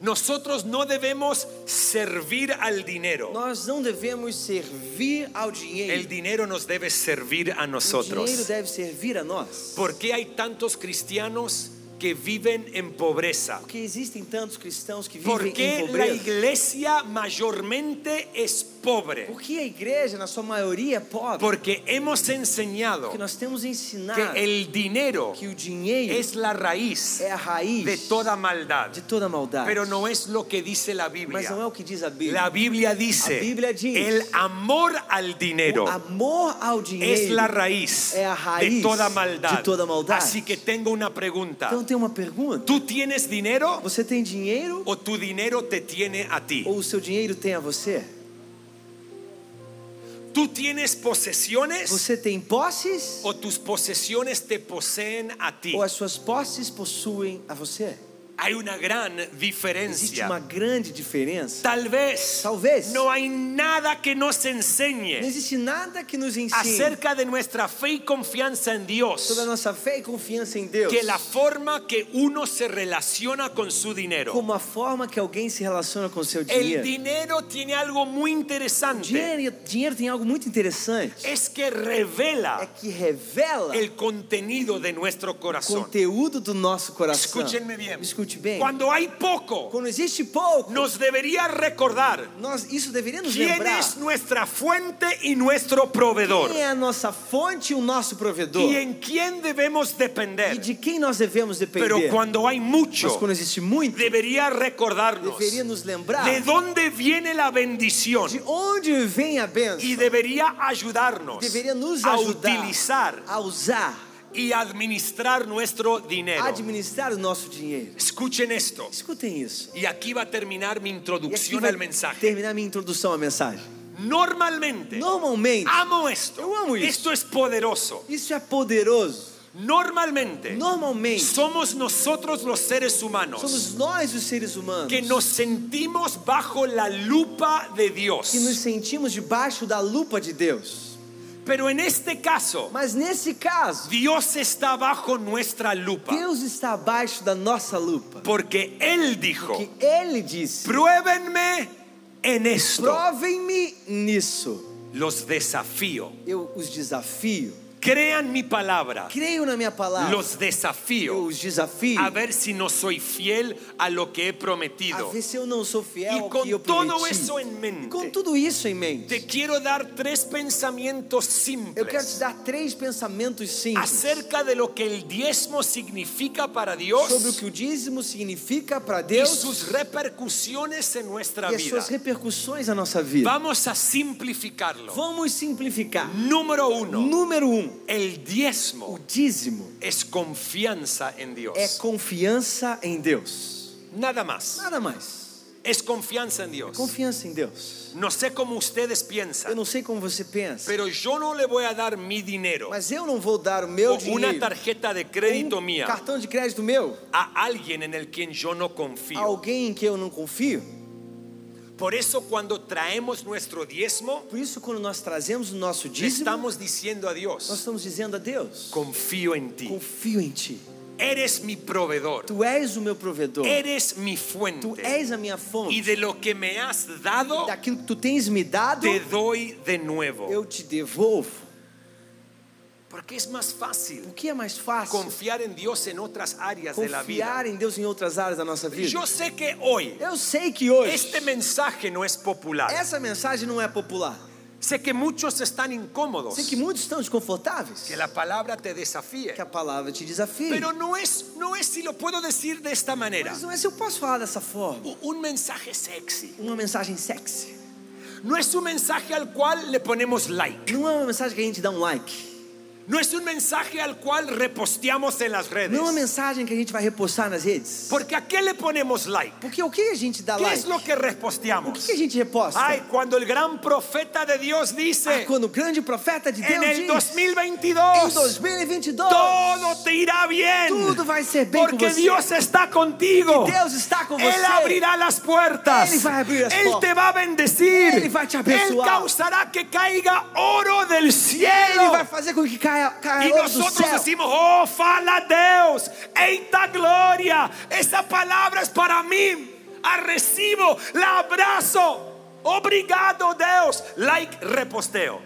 Nosotros no debemos servir al dinero. Nós não devemos servir ao El dinheiro. dinero nos debe servir a O dinheiro nosotros. deve servir a nós. ¿Por qué hay tantos cristianos que viven en pobreza? Porque existem tantos cristãos que ¿Por vivem em qué la pobreza. iglesia mayormente es pobre? Porque a igreja, na sua maioria, é pobre. Porque hemos enseñado Porque nós temos ensinado é que el dinero que o dinheiro es la raíz é a raiz de toda maldad. de toda maldade. Pero no es lo que dice la Mas Biblia. não é o que diz a La Bíblia. Bíblia dice, A Bíblia diz, el amor al O dinero amor ao es dinheiro la raíz, é a raiz de toda maldad. de toda maldade. Así que tengo una Pues, pregunta. Então tem uma pergunta. ¿Tú tienes dinero Você tem dinheiro o tu dinero te tiene a ti? ou o seu dinheiro tem a você? ¿Tú tienes posesiones Você tem posses o tus posesiones te poseen a ti? ou as suas posses possuem a você? Hay una gran Existe diferencia. uma grande diferença. Tal vez, Talvez. no hay nada que nos Não enseñe existe nada que nos ensine é. acerca de nuestra fe y confianza en Dios. sobre a nossa fé e confianza em Deus que la forma que uno se relaciona con su dinero. como a forma que alguém se relaciona com o seu El dinheiro. dinero tiene algo muy interesante. Dinheiro, dinheiro tem algo muito interessante. Es que É revela que revela el contenido de nuestro o corazón. conteúdo do nosso coração. Escúchenme bien. Me escute bem. Cuando hay poco, Quando existe pouco, nos debería recordar nós, isso deveria nos quién lembrar. es nuestra fuente y nuestro proveedor Quem é a nossa fonte e o nosso provedor? y en quién debemos E depender. de quem nós devemos é Pero depender? cuando hay Mas mucho, quando existe muito, debería recordarnos deveria nos lembrar de dónde viene la bendición. de onde vem a bênção. y debería ayudarnos deveria nos a ajudar utilizar a usar, y administrar nuestro dinero. a administrar o nosso dinheiro. Escuchen esto. Escutem isso. Y aquí va a terminar mi E aqui introducción vai al mensaje. terminar minha introdução à mensagem. Normalmente, Normalmente, amo esto. Eu amo isso. Esto es poderoso. isso é poderoso. Normalmente, Normalmente, somos nosotros los seres humanos somos nós os seres humanos que nos sentimos bajo la lupa de que nos Dios. sentimos debaixo da lupa de Deus. Pero en este caso, Mas nesse caso, Dios está bajo nuestra lupa Deus está abaixo da nossa lupa. porque Él dijo. Que Ele disse: Pruébenme en esto. provem-me nisso. Los desafío. Eu os desafio. Crean mi palabra. Creio na minha palavra. Los Eu desafío. os desafio. A ver si no soy fiel a lo que he A prometido. ver se eu não sou fiel Y ao con que eu todo prometi. eso en Com mente, tudo isso em mente, te quiero dar tres pensamientos eu quero te simples dar três pensamentos simples acerca de lo que el diezmo significa para sobre o Dios que o dízimo significa para y Deus sus repercusiones en nuestra e as vida. suas repercussões na nossa vida. Vamos a simplificarlo. Vamos simplificar. Então, Número uno, Número um, apoio. El O diezmo dízimo es confianza en é Dios. confiança em Deus. Nada más. Nada mais. Es confianza en Dios. Confiança em Deus. No sé cómo ustedes Eu piensan, não sei como você pensa, Tá. pero yo no le voy a dar mi dinero mas eu não vou dar o o meu una dinheiro, tarjeta de crédito um mía cartão de crédito meu, a alguien en el quien yo no a confío. alguém em que eu não confio. Por eso cuando traemos nuestro diezmo, Por isso, quando nós trazemos o nosso le dízimo, estamos diciendo a nós Dios, estamos dizendo a Deus: confío en ti, confio em Ti. eres mi proveedor, Tu és o meu provedor. eres mi Tu fuente és a minha y fonte. de lo que me has dado Daquilo que tu tens me dado, te doy de nuevo. eu te devolvo. Porque es más O fácil que é mais fácil? confiar en Dios en otras áreas de la vida. Confiar em Deus em outras áreas da nossa vida. Yo sé que hoy Eu sei que hoje Este mensaje no es popular. essa mensagem não é popular. Sé que muchos están incómodos. Sei que muitos estão desconfortáveis. É Que la palabra te desafíe. Que a palavra te desafie. Pero no es, no es si lo puedo decir de esta manera. Mas não é se eu posso falar dessa forma. u- Un mensaje sexy. Uma mensagem sexy. No es un mensaje al cual le ponemos like. Não é uma mensagem que a gente dá um like. No es un mensaje al cual reposteamos en las Não redes. é uma mensagem que a gente vai repostar nas redes. Porque a qué le ponemos like? Porque o que a gente dá ¿Qué like? es lo que O que reposteamos? a gente reposta? Ay, cuando el gran profeta de Dios Ah, dice quando o grande profeta de en Deus el diz, em 2022 2022 todo te irá bien. tudo vai ser bem com Porque você. Dios está contigo. Porque Deus está com Él você. abrirá las puertas. Ele vai abrir as Él portas. te va a bendecir. Ele vai te abençoar. Él causará que caiga oro del Ele cielo. vai fazer com que caia, caia Y ouro do nosotros céu. decimos, oh, fala Dios, eita gloria, esa palabra es para mí, la recibo, la abrazo, obrigado Dios, like reposteo.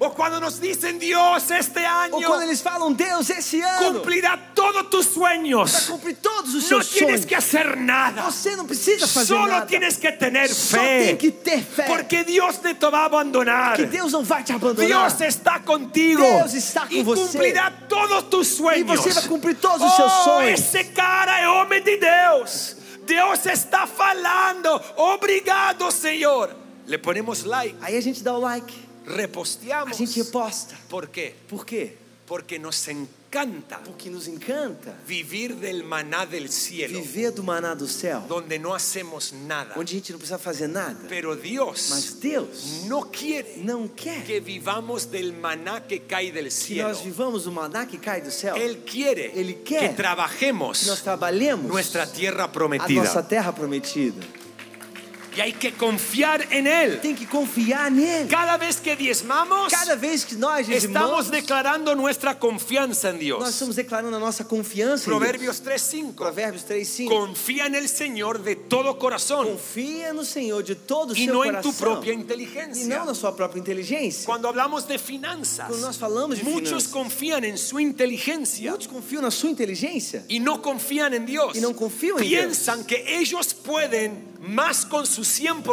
O cuando nos dicen Dios este Ou año, quando eles falam, Deus, esse ano cumplirá todos tus vai sueños. cumprir todos os No seus sonhos. tienes que hacer nada. Você não precisa fazer Solo nada. tienes que tener Só tem fe. que ter fé. Porque Dios no te va a abandonar. que Deus não vai te abandonar. Dios está contigo. Deus está eh. y com você. cumprirá todos tus sueños. E você vai cumprir todos os seus oh, sonhos. Esse cara é homem de Deus. Deus está falando. Obrigado, Senhor. Le ponemos like, Aí a gente dá o like, a reposteamos. gente reposta. ¿Por qué? Por quê? Porque nos encanta Porque nos encanta vivir del maná del cielo, viver do maná do céu, donde no hacemos nada. onde a gente não precisa fazer nada. Pero Mas Dios Deus no quiere não quer que vivamos del maná que cae del que cielo. nós vivamos o maná que cai do céu. Él quiere Él que quiere Que nós trabajemos trabalhemos nuestra tierra a prometida. nossa terra prometida. Y hay que confiar en Él. Tem que confiar nele. Cada vez que diezmamos, Cada vez que nós dizimos, estamos declarando nuestra confianza en nós Deus. estamos declarando a nossa confiança em Deus. Proverbios 3:5. Provérbios 3, 5. Confía en el Señor de todo corazón Confia no Senhor de todo o y seu no en coração. tu propia E não inteligencia. na sua própria inteligência. Cuando hablamos de finanzas, Quando nós falamos de muchos finanças. confían en su inteligencia Muitos confiam na sua inteligência. y no confían en Dios. Y no confían en Piensan que ellos pueden más con su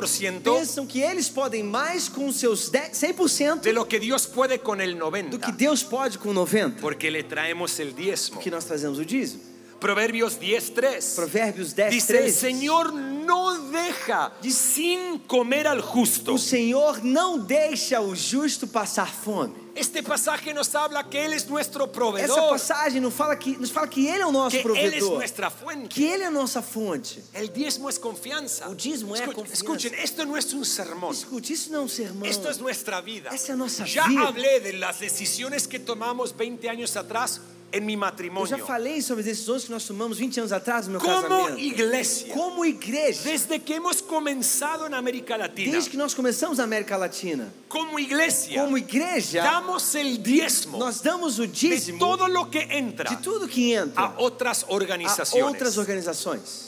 100% Pensam que eles podem mais com seus 10, 100% de lo que Dios puede con el do que 90%. Deus pode com 90%. Porque le traemos el diezmo. Porque nós trazemos É o dízimo. Proverbios 10.3 Provérbios 10, Dice, el 3. Señor no deja sin comer al justo. O Senhor não deixa o justo passar fome. Este pasaje nos habla que Él es nuestro Essa proveedor, passagem não fala que, nos fala que Ele é o nosso que Él es provedor. nuestra Que fuente. Ele é a nossa fonte. El diezmo es confianza. O diezmo es Escu- confianza. Escuchen, esto no es un sermón. Escute, isso não é um sermão. Esto es nuestra vida. Esa es nuestra ya vida. hablé de las decisiones que tomamos 20 años atrás en mi Eu já matrimonio. falei sobre as decisões que nós tomamos 20 anos atrás no meu Como casamento. iglesia, Como igreja, desde que hemos comenzado en América Latina, desde que nós começamos na América Latina, como iglesia, como igreja, damos el diezmo nós damos o de dízimo todo lo que de entra tudo que entra a otras a outras organizaciones. organizações.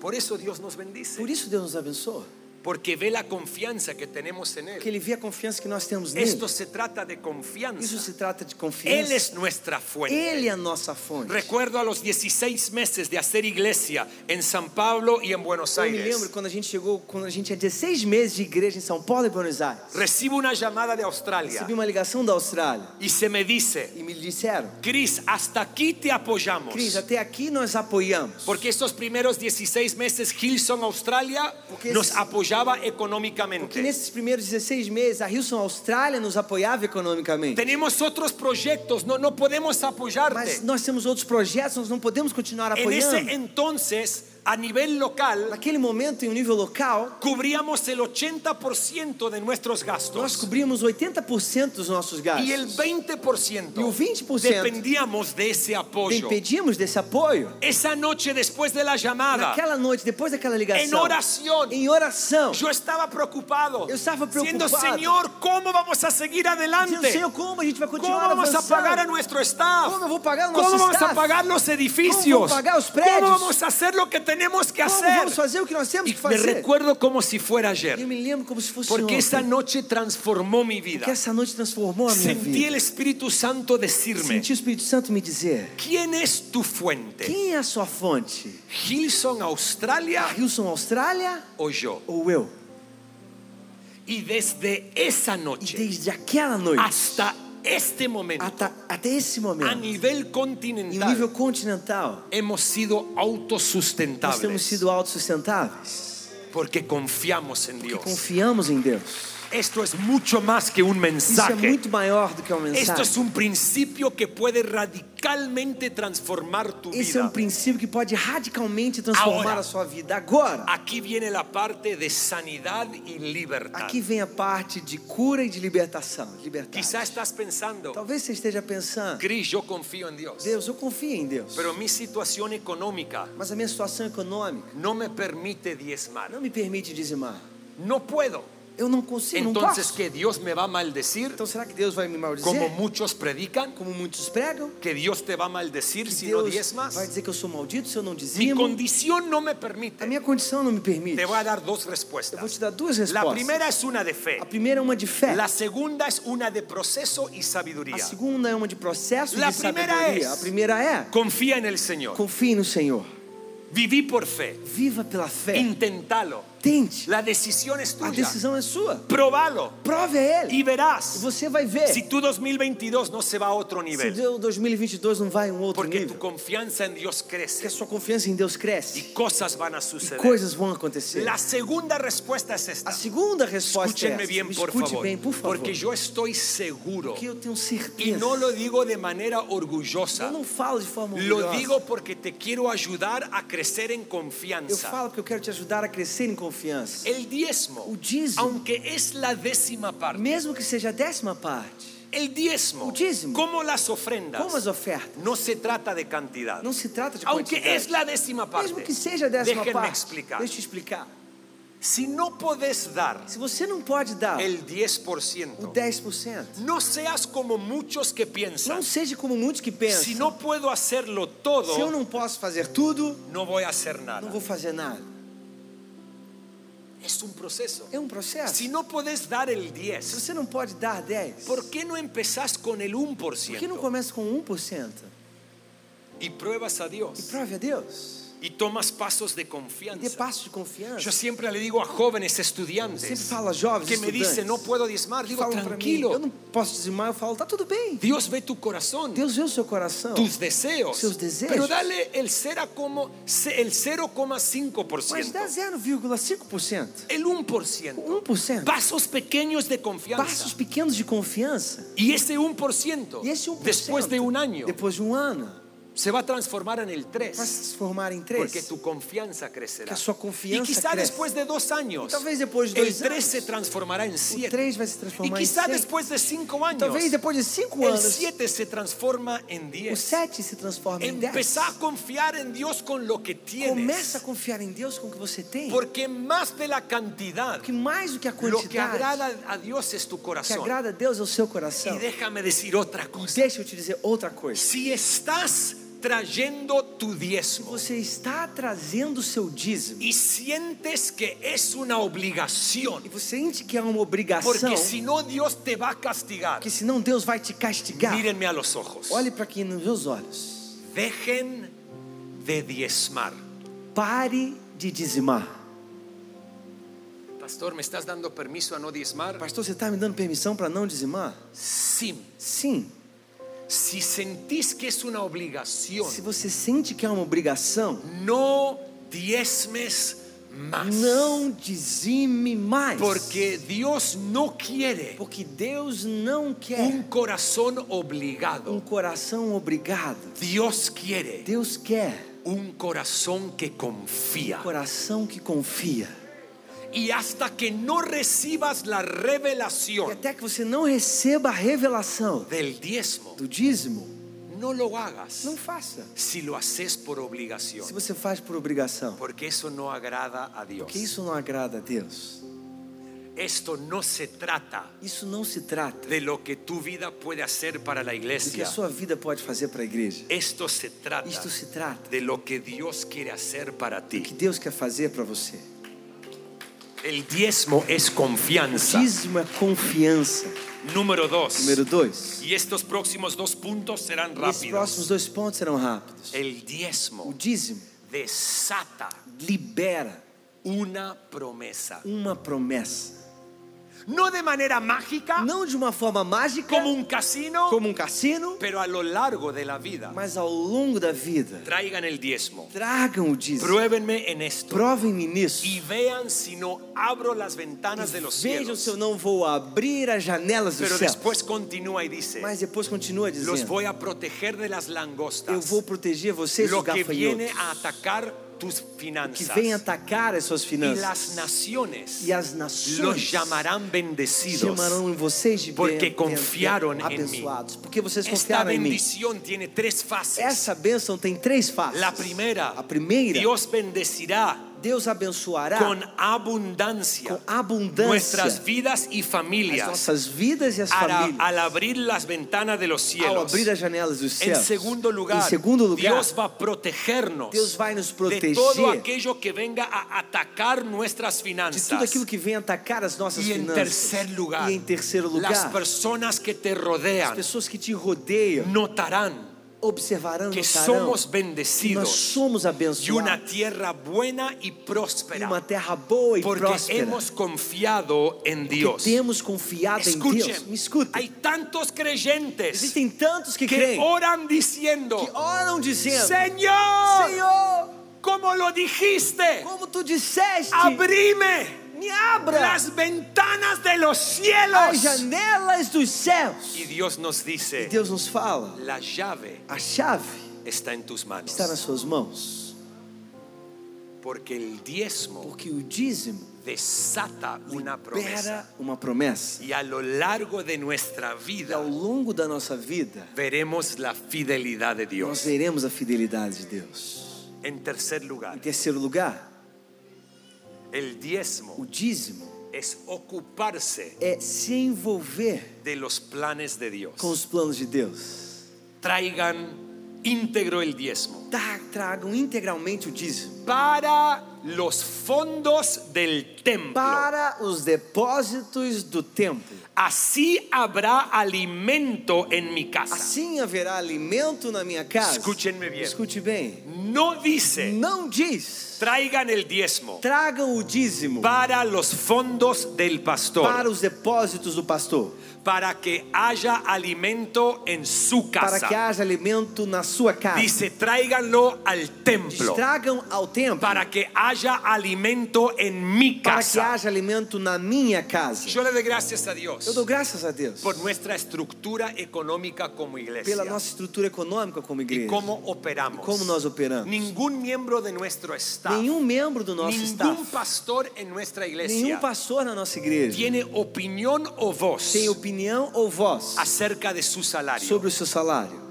Por eso Dios nos bendice, Por isso Deus nos abençoa, porque ve la confianza que tenemos en porque Él. Ele vê a confiança que nós temos nele. Esto se trata de Isso confianza. se trata de Él confiança. es nuestra fuente. Ele é a nossa fonte. Recuerdo a los 16 meses de hacer iglesia en San Pablo y en Buenos Eu me lembro Aires. quando a gente chegou, quando a gente tinha 16 meses de igreja em São Paulo e Buenos Aires. Recibo una llamada de Australia Recebi uma ligação da Austrália y se me dice, e me disseram: Cris, hasta aquí te apoyamos. Cris, até aqui nós apoiamos. Porque estos primeros 16 meses Hilson Australia Porque nos esses- apoyaba Que económicamente. nesses primeiros 16 meses, a Hilson Austrália nos apoiava economicamente. Tenemos otros proyectos, no, no podemos Mas apoyarte. nós temos outros projetos, nós não podemos continuar En ese apoiando. entonces, a nivel local, Naquele momento, em um nível local, cubríamos el 80% de nuestros nós gastos cobrimos 80% dos nossos gastos. y el E o 20% 20% dependíamos de esse apoyo. dependíamos desse apoio. Esa noche después de la llamada, Naquela noite, depois daquela ligação, en oración, em oração, yo estaba preocupado, Eu estava diciendo, preocupado. Señor, ¿cómo vamos a seguir dizendo, adelante? Senhor, como a gente vai ¿Cómo continuar vamos a avançando? pagar a nuestro staff? Como eu vou pagar o ¿Cómo nosso vamos a staff? pagar los edificios? vamos pagar os prédios? ¿Cómo vamos a hacer lo que tenemos que Como hacer? vamos fazer o que nós temos Y que me fazer? recuerdo como si fuera Eu ayer, me lembro como se fosse porque ontem, essa noche transformó mi vida. porque essa noite transformou a minha Sentí vida. el Espíritu Santo decirme, Senti o Espírito Santo me dizer, ¿quién es tu fuente? quem é a sua fonte? ¿Hilson Australia A Hilson Austrália o yo? ou eu? Y desde esa E noche desde aquela noite, hasta este momento, até, até esse a momento, nivel em nível continental, continental, hemos sido nós temos autosustentables sido autossustentáveis, porque confiamos en porque Dios. confiamos em Deus. Esto es mucho más que un Isso é mensaje. muito maior do que uma Esto es mensagem. un principio que puede radicalmente transformar tu Esse é vida. um princípio que pode radicalmente transformar Agora. a sua vida. Agora, Aquí viene la parte de sanidad y libertad. aqui vem a parte de cura e de libertação. Quizá Libertação. estás pensando, Talvez você esteja pensando, Cris, yo confío en Dios, Deus, eu confio em Deus, pero mi situación económica mas a minha situação econômica no me permite diezmar. não me permite dizimar. No puedo. Eu não consigo, não Entonces, posso. ¿que Dios me va a maldecir? Então será que Deus vai me maldizer? Como muchos predican, Como muitos pregam? que Dios te va a maldecir Que si no Deus vai diezmas. dizer que eu sou maldito se eu não Mi dizimo? condición no me A permite. minha condição não me permite. Te voy a dar dos Eu vou te respuestas. dar duas La respostas. primera es una de fe. A primeira é uma de fé. La segunda es una de proceso y A sabiduría. segunda é uma de processo e La de primeira sabedoria. é- A primeira é, Confía en el Señor. confie no Senhor. Viví por fe. Ah, Viva pela fé. Inténtalo. Tente. La decisión es A tuya. decisão é sua. Probalo Prove a y Ele. E verás você vai ver si tu 2022 no se va a otro se nivel. o 2022 não vai a um outro Porque tu nível. confianza en Dios Porque a crece sua confiança em Deus y cresce. cosas van a E suceder. coisas vão acontecer. La segunda respuesta es esta. A segunda resposta é Escúchenme essa. bien, Me por escute favor. bem, por favor. Porque yo estoy seguro. Porque eu tenho Y certeza. no lo digo de manera Eu orgullosa. não falo de forma Lo orgulhosa. digo porque te quiero ayudar a crecer en Eu confianza. falo porque eu quero te ajudar a crescer em confiança. El diezmo, O dízimo. aunque es la décima parte, Mesmo que seja a décima parte, el diezmo, O dízimo. como las ofrendas, como as ofertas, no se trata de cantidad. não se trata de aunque es quantidade. la décima parte, Mesmo que seja a décima déjenme parte, explicar. deixa eu te explicar. Si no podés dar Se você não pode dar el Ah. o 10%, 10%, no seas como muchos que não piensan, seja como muitos que pensam. si no puedo hacerlo Se eu todo, não posso fazer tudo, no voy a hacer nada. não vou fazer nada. Es un proceso. É um processo. Si no podés dar el Se 10, você não pode dar 10, ¿por qué no empezás con el por que não 1% começa com 1%? y pruebas a E Dios prove a Deus. y tomas pasos de E dê confianza? passos de confiança. Yo siempre le digo a jóvenes Sempre estudiantes falo a jovens que me estudantes. dicen no puedo diezmar, digo falam pra mim, eu tranquilo, não posso dizimar, eu falo, tá tudo bem. Dios ve tu corazón, Deus vê o seu coração. tus deseos, Sus deseos. pero dale el cero como- el Mas dá 0,5%, 0,5%. el 1%, 1%. pasos pequeños de Passos confianza pequenos de confiança. y ese 1%, E esse 1%, después Pues de un año depois de um ano, se va a transformar en el vai se 3%. transformar em Porque 3. tu confianza crecerá. Que a sua y confianza quizá crece. después de dos años, Talvez depois de el dois 3 anos, se transformará en 7. três vai se y transformar em quizá seis. después de cinco años, Talvez depois de 5 el anos, 7 se transforma en o 10. 7 se transforma em 10. Empezá a confiar en Dios con lo que Começa tienes. a confiar em Deus com o que você tem. Porque más de la cantidad, Porque mais do que a lo que quantidade, agrada a Dios es tu o que corazón. agrada a Deus é o seu Y coração. déjame decir otra E cosa. deixa eu te dizer outra coisa. Si estás trayendo tu Se diezmo você está trazendo o seu dízimo y sientes que es una e obligación, você sente que é uma obrigação, porque si no Dios te va a castigar, que senão Deus vai te castigar, Mírenme a los ojos. olhe para aqui nos meus olhos. Dejen de diezmar. Pare de dizimar. Pastor, ¿me estás dando permiso a no diezmar? Pastor, você está me dando permissão para não dizimar? Sí. Sim. Si sentís que es una obligación, Se você sente que é uma obrigação, no diezmes más. Não dizime mais. Porque Dios no quiere Porque Deus não un quer corazón um obligado. coração obrigado. Dios quiere Deus quer un corazón que um confía. coração que confia. Y hasta que no recibas la E revelación até que você não receba a revelação del diezmo, do dízimo, no lo hagas não faça. si lo haces por Se obligación. você faz por obrigação, Porque eso no agrada a Dios. porque isso não agrada a Deus. Esto no se trata Isso não se trata de lo que tu vida puede hacer para la do que a iglesia. sua vida pode fazer para a igreja. Esto se trata Isto se trata de lo que Dios quiere hacer para do que ti. Deus quer fazer para você. El diezmo es confianza. Dízimo é confiança. Número dos. Número dois. Y estos próximos dos puntos serán E Esses próximos rápidos. dois pontos serão rápidos. El O diezmo dízimo desata libera una promesa. uma promessa. No de manera mágica, Não de uma forma mágica, como un casino, como um cassino, pero a lo largo de la vida. mas ao longo da vida. Traigan el diezmo. Tragam o dízimo. Pruébenme en esto. Provem-me nisso. Y vean si no abro las ventanas de los Vejam se eu cielos. não vou abrir as janelas do Pero céu. después continúa y dice, Mas depois continua los dizendo: voy a proteger de las Eu langostas. vou proteger vocês do Lo que gafanhoto viene a atacar tus que finanzas. vem atacar as suas Y las finanças. naciones E as los nações llamarán bendecidos. chamarão em vocês de Porque bem- confiaram em mim. abençoados, porque vocês Esta confiaram em mim. bendición tiene tres fases. Essa bênção tem três faces. La primera, a primeira, Dios bendecirá Deus abençoará con abundancia com abundância nuestras vidas y as familias nossas vidas e as ara- famílias. al abrir las ventanas de los ao cielos. abrir as janelas dos En céus. segundo lugar, em segundo lugar, Dios va a protegernos Deus vai nos de todo proteger aquello que venga a atacar nuestras de finanzas. tudo aquilo que vem atacar as nossas y en finanças. tercer lugar, e em terceiro lugar, las personas que te as rodean pessoas que te rodeiam notarán observarão que notarão somos que nós bendecidos somos y una abençoados tierra buena y e próspera uma terra boa e porque próspera. hemos confiado en que Dios. temos confiado em Deus. Escuchen, Me escuta. hay tantos creyentes Existem tantos que que creem, oran diciendo, que oram dizendo: Señor, Senhor, como lo dijiste, como tu disseste, abrime me abra las ventanas de los as cielos. janelas dos céus. Y Dios nos E dice, Deus nos fala: la llave a chave está en tus manos. está nas suas mãos, Porque el diezmo porque o dízimo desata una promesa. libera uma promessa. Y a lo largo de nuestra E vida ao longo da nossa vida, veremos la fidelidad de nós Dios. veremos a fidelidade de Deus. En tercer lugar, Em terceiro lugar, el diezmo o dízimo es ocuparse é se envolver de los planes de com Dios. os planos de Deus. Traigan íntegro el diezmo Tra- Tá, Tragam integralmente o dízimo para los fondos del templo. para os depósitos do templo. Así habrá alimento en mi casa. Assim haverá alimento na minha casa. Escute-me bem. Escute bem. No dice, Não diz. traigan el diezmo. Tragam o dízimo para los fondos del para pastor, os depósitos do pastor, para que haya alimento en su para que casa. haja alimento na sua casa. Dice, tráiganlo al templo, Tragam ao templo para que haya alimento en mi para que casa. haja alimento na minha casa. Yo le doy gracias a Eu dou Dios graças a Deus por nuestra estructura económica como iglesia pela nossa estrutura econômica como y igreja. cómo operamos. como nós operamos. Ningún miembro de nuestro estado, Nenhum membro do nosso ningún staff, pastor en nuestra iglesia nenhum pastor na nossa igreja tiene opinión o voz tem opinião ou voz acerca de su salario. sobre o seu salário.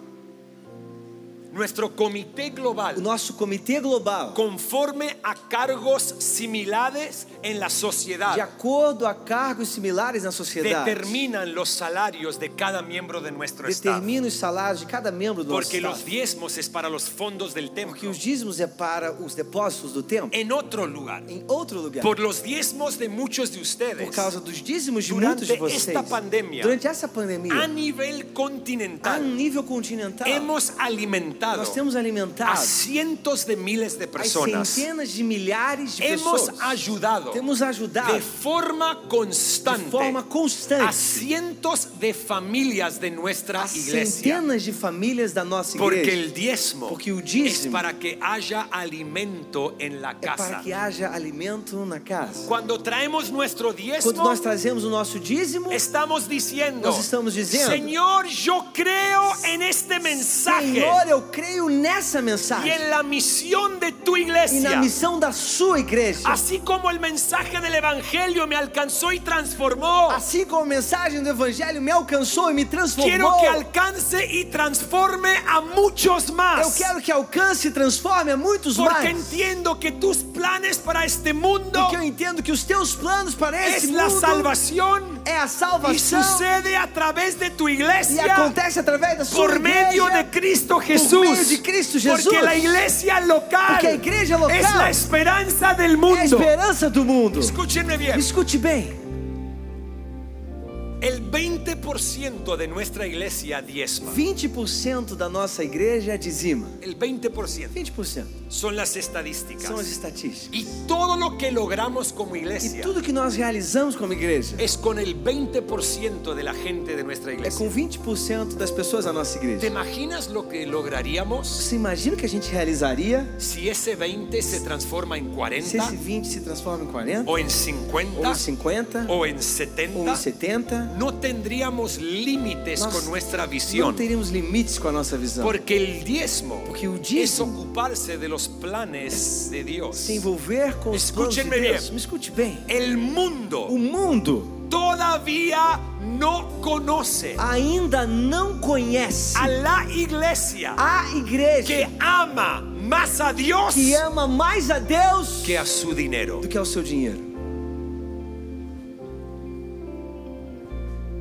Nuestro comité global, O nosso comitê global, conforme a cargos similares en la de sociedad, acordo a cargos similares na sociedade, determinan los salarios de cada miembro de nuestro Estado. determina os salários de cada membro do nosso Porque staff. los diezmos es para los fondos del Porque templo. os dízimos é para os depósitos do templo. En otro lugar, Em outro lugar, É. por los diezmos de muchos de ustedes, por causa dos dízimos de Durante muitos de vocês, esta pandemia, durante essa a pandemia, nivel a continental, É nível continental, hemos alimentado Nós temos a alimentado cientos de miles de as personas. centenas de milhares de Hemos pessoas. ayudado Temos ajudado de forma de forma constante a constante cientos de familias de nuestra a iglesia. centenas de famílias da nossa Porque igreja. el diezmo Porque o es dízimo para que haya alimento en la É para casa. que haja alimento na casa. Cuando traemos nuestro Quando diezmo, nós trazemos o nosso dízimo, estamos diciendo, Nós estamos dizendo, Señor, yo creo en este mensaje Senhor, eu creio nessa y mensagem en la misión de tu e na iglesia. missão da sua igreja. Así como el mensaje del evangelio me alcanzó y transformó, Assim como a mensagem do evangelho me alcançou e me quiero transformou, que alcance y transforme a muchos eu más. quero que alcance e transforme a muitos Porque mais. entiendo que tus planes para este mundo Porque eu entendo que os teus planos para esse es la este mundo salvación é a y salvação sucede a través de tu e iglesia acontece através da sua por medio igreja. de Cristo medio Jesús. de Cristo Porque Jesús. la iglesia local, Porque a igreja local es la esperanza del É a mundo. esperança do mundo. Escúchenme bien. Escute bem, El 20% de nuestra iglesia diezma. 20% da nossa igreja é dizima. El 20% 20% son las estadísticas. são as estatísticas. Y todo lo que logramos como E iglesia tudo que nós realizamos como igreja es con el 20% de la gente de nuestra é iglesia. com 20% das pessoas da nossa ¿Te igreja. imaginas lo que lograríamos Você imagina o que a gente realizaria si ese 20 se transforma en 40 se esse 20 se transforma em 40, o en ou 50 em 50, o en ou em 70? 70? No tendríamos límites Nós con nuestra Não visión. teríamos limites com a nossa visão. Porque el diezmo, Porque o es dízimo ocuparse de los planes de Dios. Se envolver com os planos de Escute-me bem. Deus. Me escute bem. El O mundo mundo todavía no conoce Ah, ainda não conhece a la iglesia a igreja que ama más a Dios que ama mais a Deus que é a su dinero. do que ao seu dinheiro.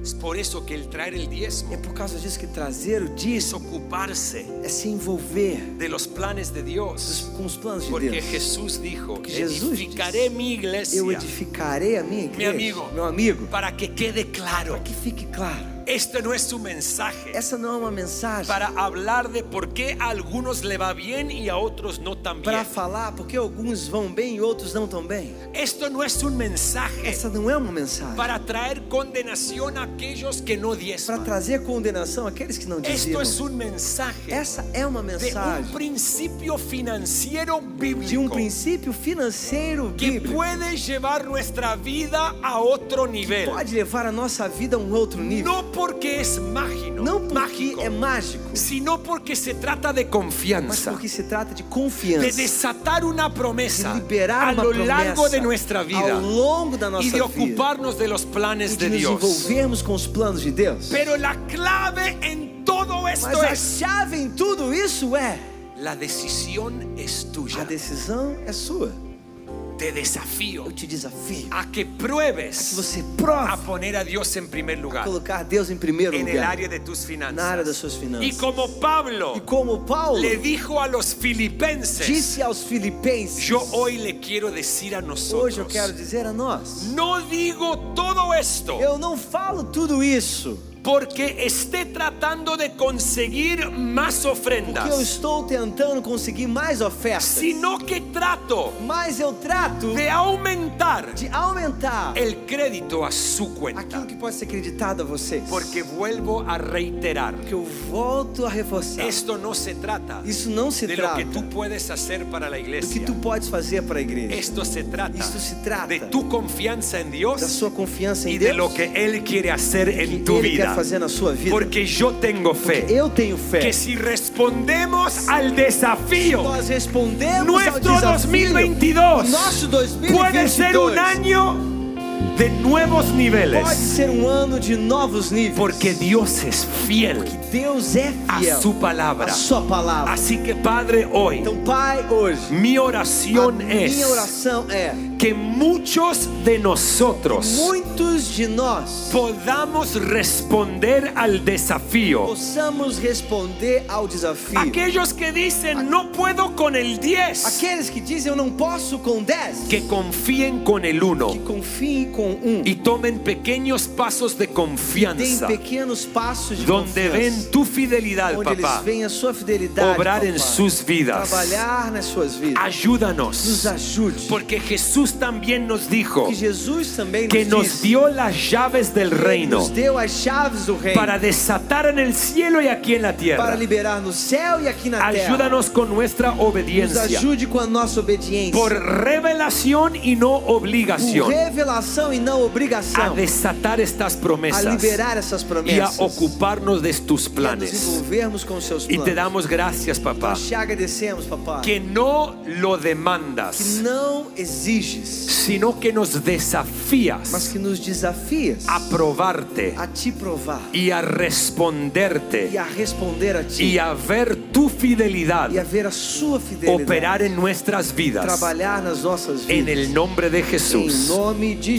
Es por eso que el traer el É diezmo por causa disso que trazer o es dízimo ocuparse é se envolver de los planes de Dios. com os planos de Porque Deus. Jesús dijo, Porque Jesus edificaré disse, mi iglesia. Eu edificarei a minha Mi igreja, amigo, meu amigo, para que quede claro, que fique claro. este no es su mensaje. Essa não é uma mensagem para hablar de por qué a algunos le va bien y a otros no tan bien. para falar porque alguns vão bem e outros não tão bem. Esto no es un mensaje Essa não é uma mensagem para traer condenación a aquellos que no para diezman. trazer condenação àqueles que não Esto diziam. es un mensaje Essa é uma de un mensagem principio financiero de um bíblico princípio financeiro que bíblico puede llevar nuestra vida a otro que nivel. pode levar a nossa vida a um outro nível. No porque es mágico, Não porque mágico, é mágico, sino porque se trata de mas confianza. porque se trata de de confiança. desatar una de promesa liberar a uma lo promessa largo de nuestra vida ao longo da nossa y de vida ocuparnos de los e planes de de nos Dios. envolvermos com os planos de Deus. Pero la clave en todo Mas esto a es chave em tudo isso é la decisión es a tuya. decisão é sua. Te desafío Eu te desafio a que que pruebes você a prova poner a Dios en primer lugar colocar Deus em primeiro en el lugar área de tus na área das finanzas. suas Y finanças. como Pablo E como Paulo le dijo a los filipenses, disse aos filipenses, yo hoy le quiero decir a hoje eu nosotros, quero dizer a nós, no digo todo esto eu não falo tudo isso porque esté tratando de conseguir más porque eu ofrendas, estou tentando conseguir mais ofertas, sino que trato mas eu trato de aumentar de aumentar el crédito a su cuenta. aquilo que pode ser acreditado a vocês. Porque vuelvo a reiterar, que eu volto a reforçar. esto no se trata Isso não se de lo trata que do tú puedes hacer para la que iglesia. tu podes fazer para a igreja. Esto se trata Isto se trata de tu confianza en Da Dios sua confiança y em de Deus. lo que Él quiere hacer que en tu ele vida. quer fazer na sua vida. Porque yo tengo fe eu tenho fé. que si respondemos al desafío Nós respondemos ao Nuestro desafio. 2022 O nosso 2022 puede ser un año de nuevos pode niveles ser um ano de novos níveis. porque Dios es Que fiel Deus é a Assim, fiel su à palabra. sua palavra. Así que Padre, hoy Então, Pai, hoje mi a oración minha es oração é que muchos de nosotros muitos de nós podamos responder al desafío. possamos responder ao desafio. Aquellos que dicen no puedo con el 10, Aqueles que dizem eu não posso com 10, que confíen con el 1. que confiem Multipliquem com um. y tomen pequeños pasos de Deem confianza pequenos passos de donde confiança. ven tu fidelidad, onde papá. eles veem a sua fidelidade. obrar papai. em suas vidas. Trabalhar nas suas vidas. Nos Ayúdanos, ajude. porque Jesús también nos dijo Que Jesus também que nos, nos disse, dio las llaves del que reino nos deu as chaves do reino. para desatar en el cielo y aquí en la para tierra. liberar no céu e aqui na terra. Ayúdanos con nuestra Nos obediencia, ajude com a nossa obediência. por revelación y no por obligación, revelação e não a obrigação. desatar estas A promesas liberar essas y a promessas. ocuparnos de tus e a nos planes. envolvermos com os seus Y planos. te damos gracias, papá, Nós te agradecemos, papai. que no lo que demandas, não exiges, sino que nos mas desafías que nos desafias a probarte a te provar y a responderte e a responder a y ti a ver tu fidelidad e a ver a sua fidelidade operar en nuestras vidas trabalhar nas nossas en vidas. el nombre de Em Jesús. nome de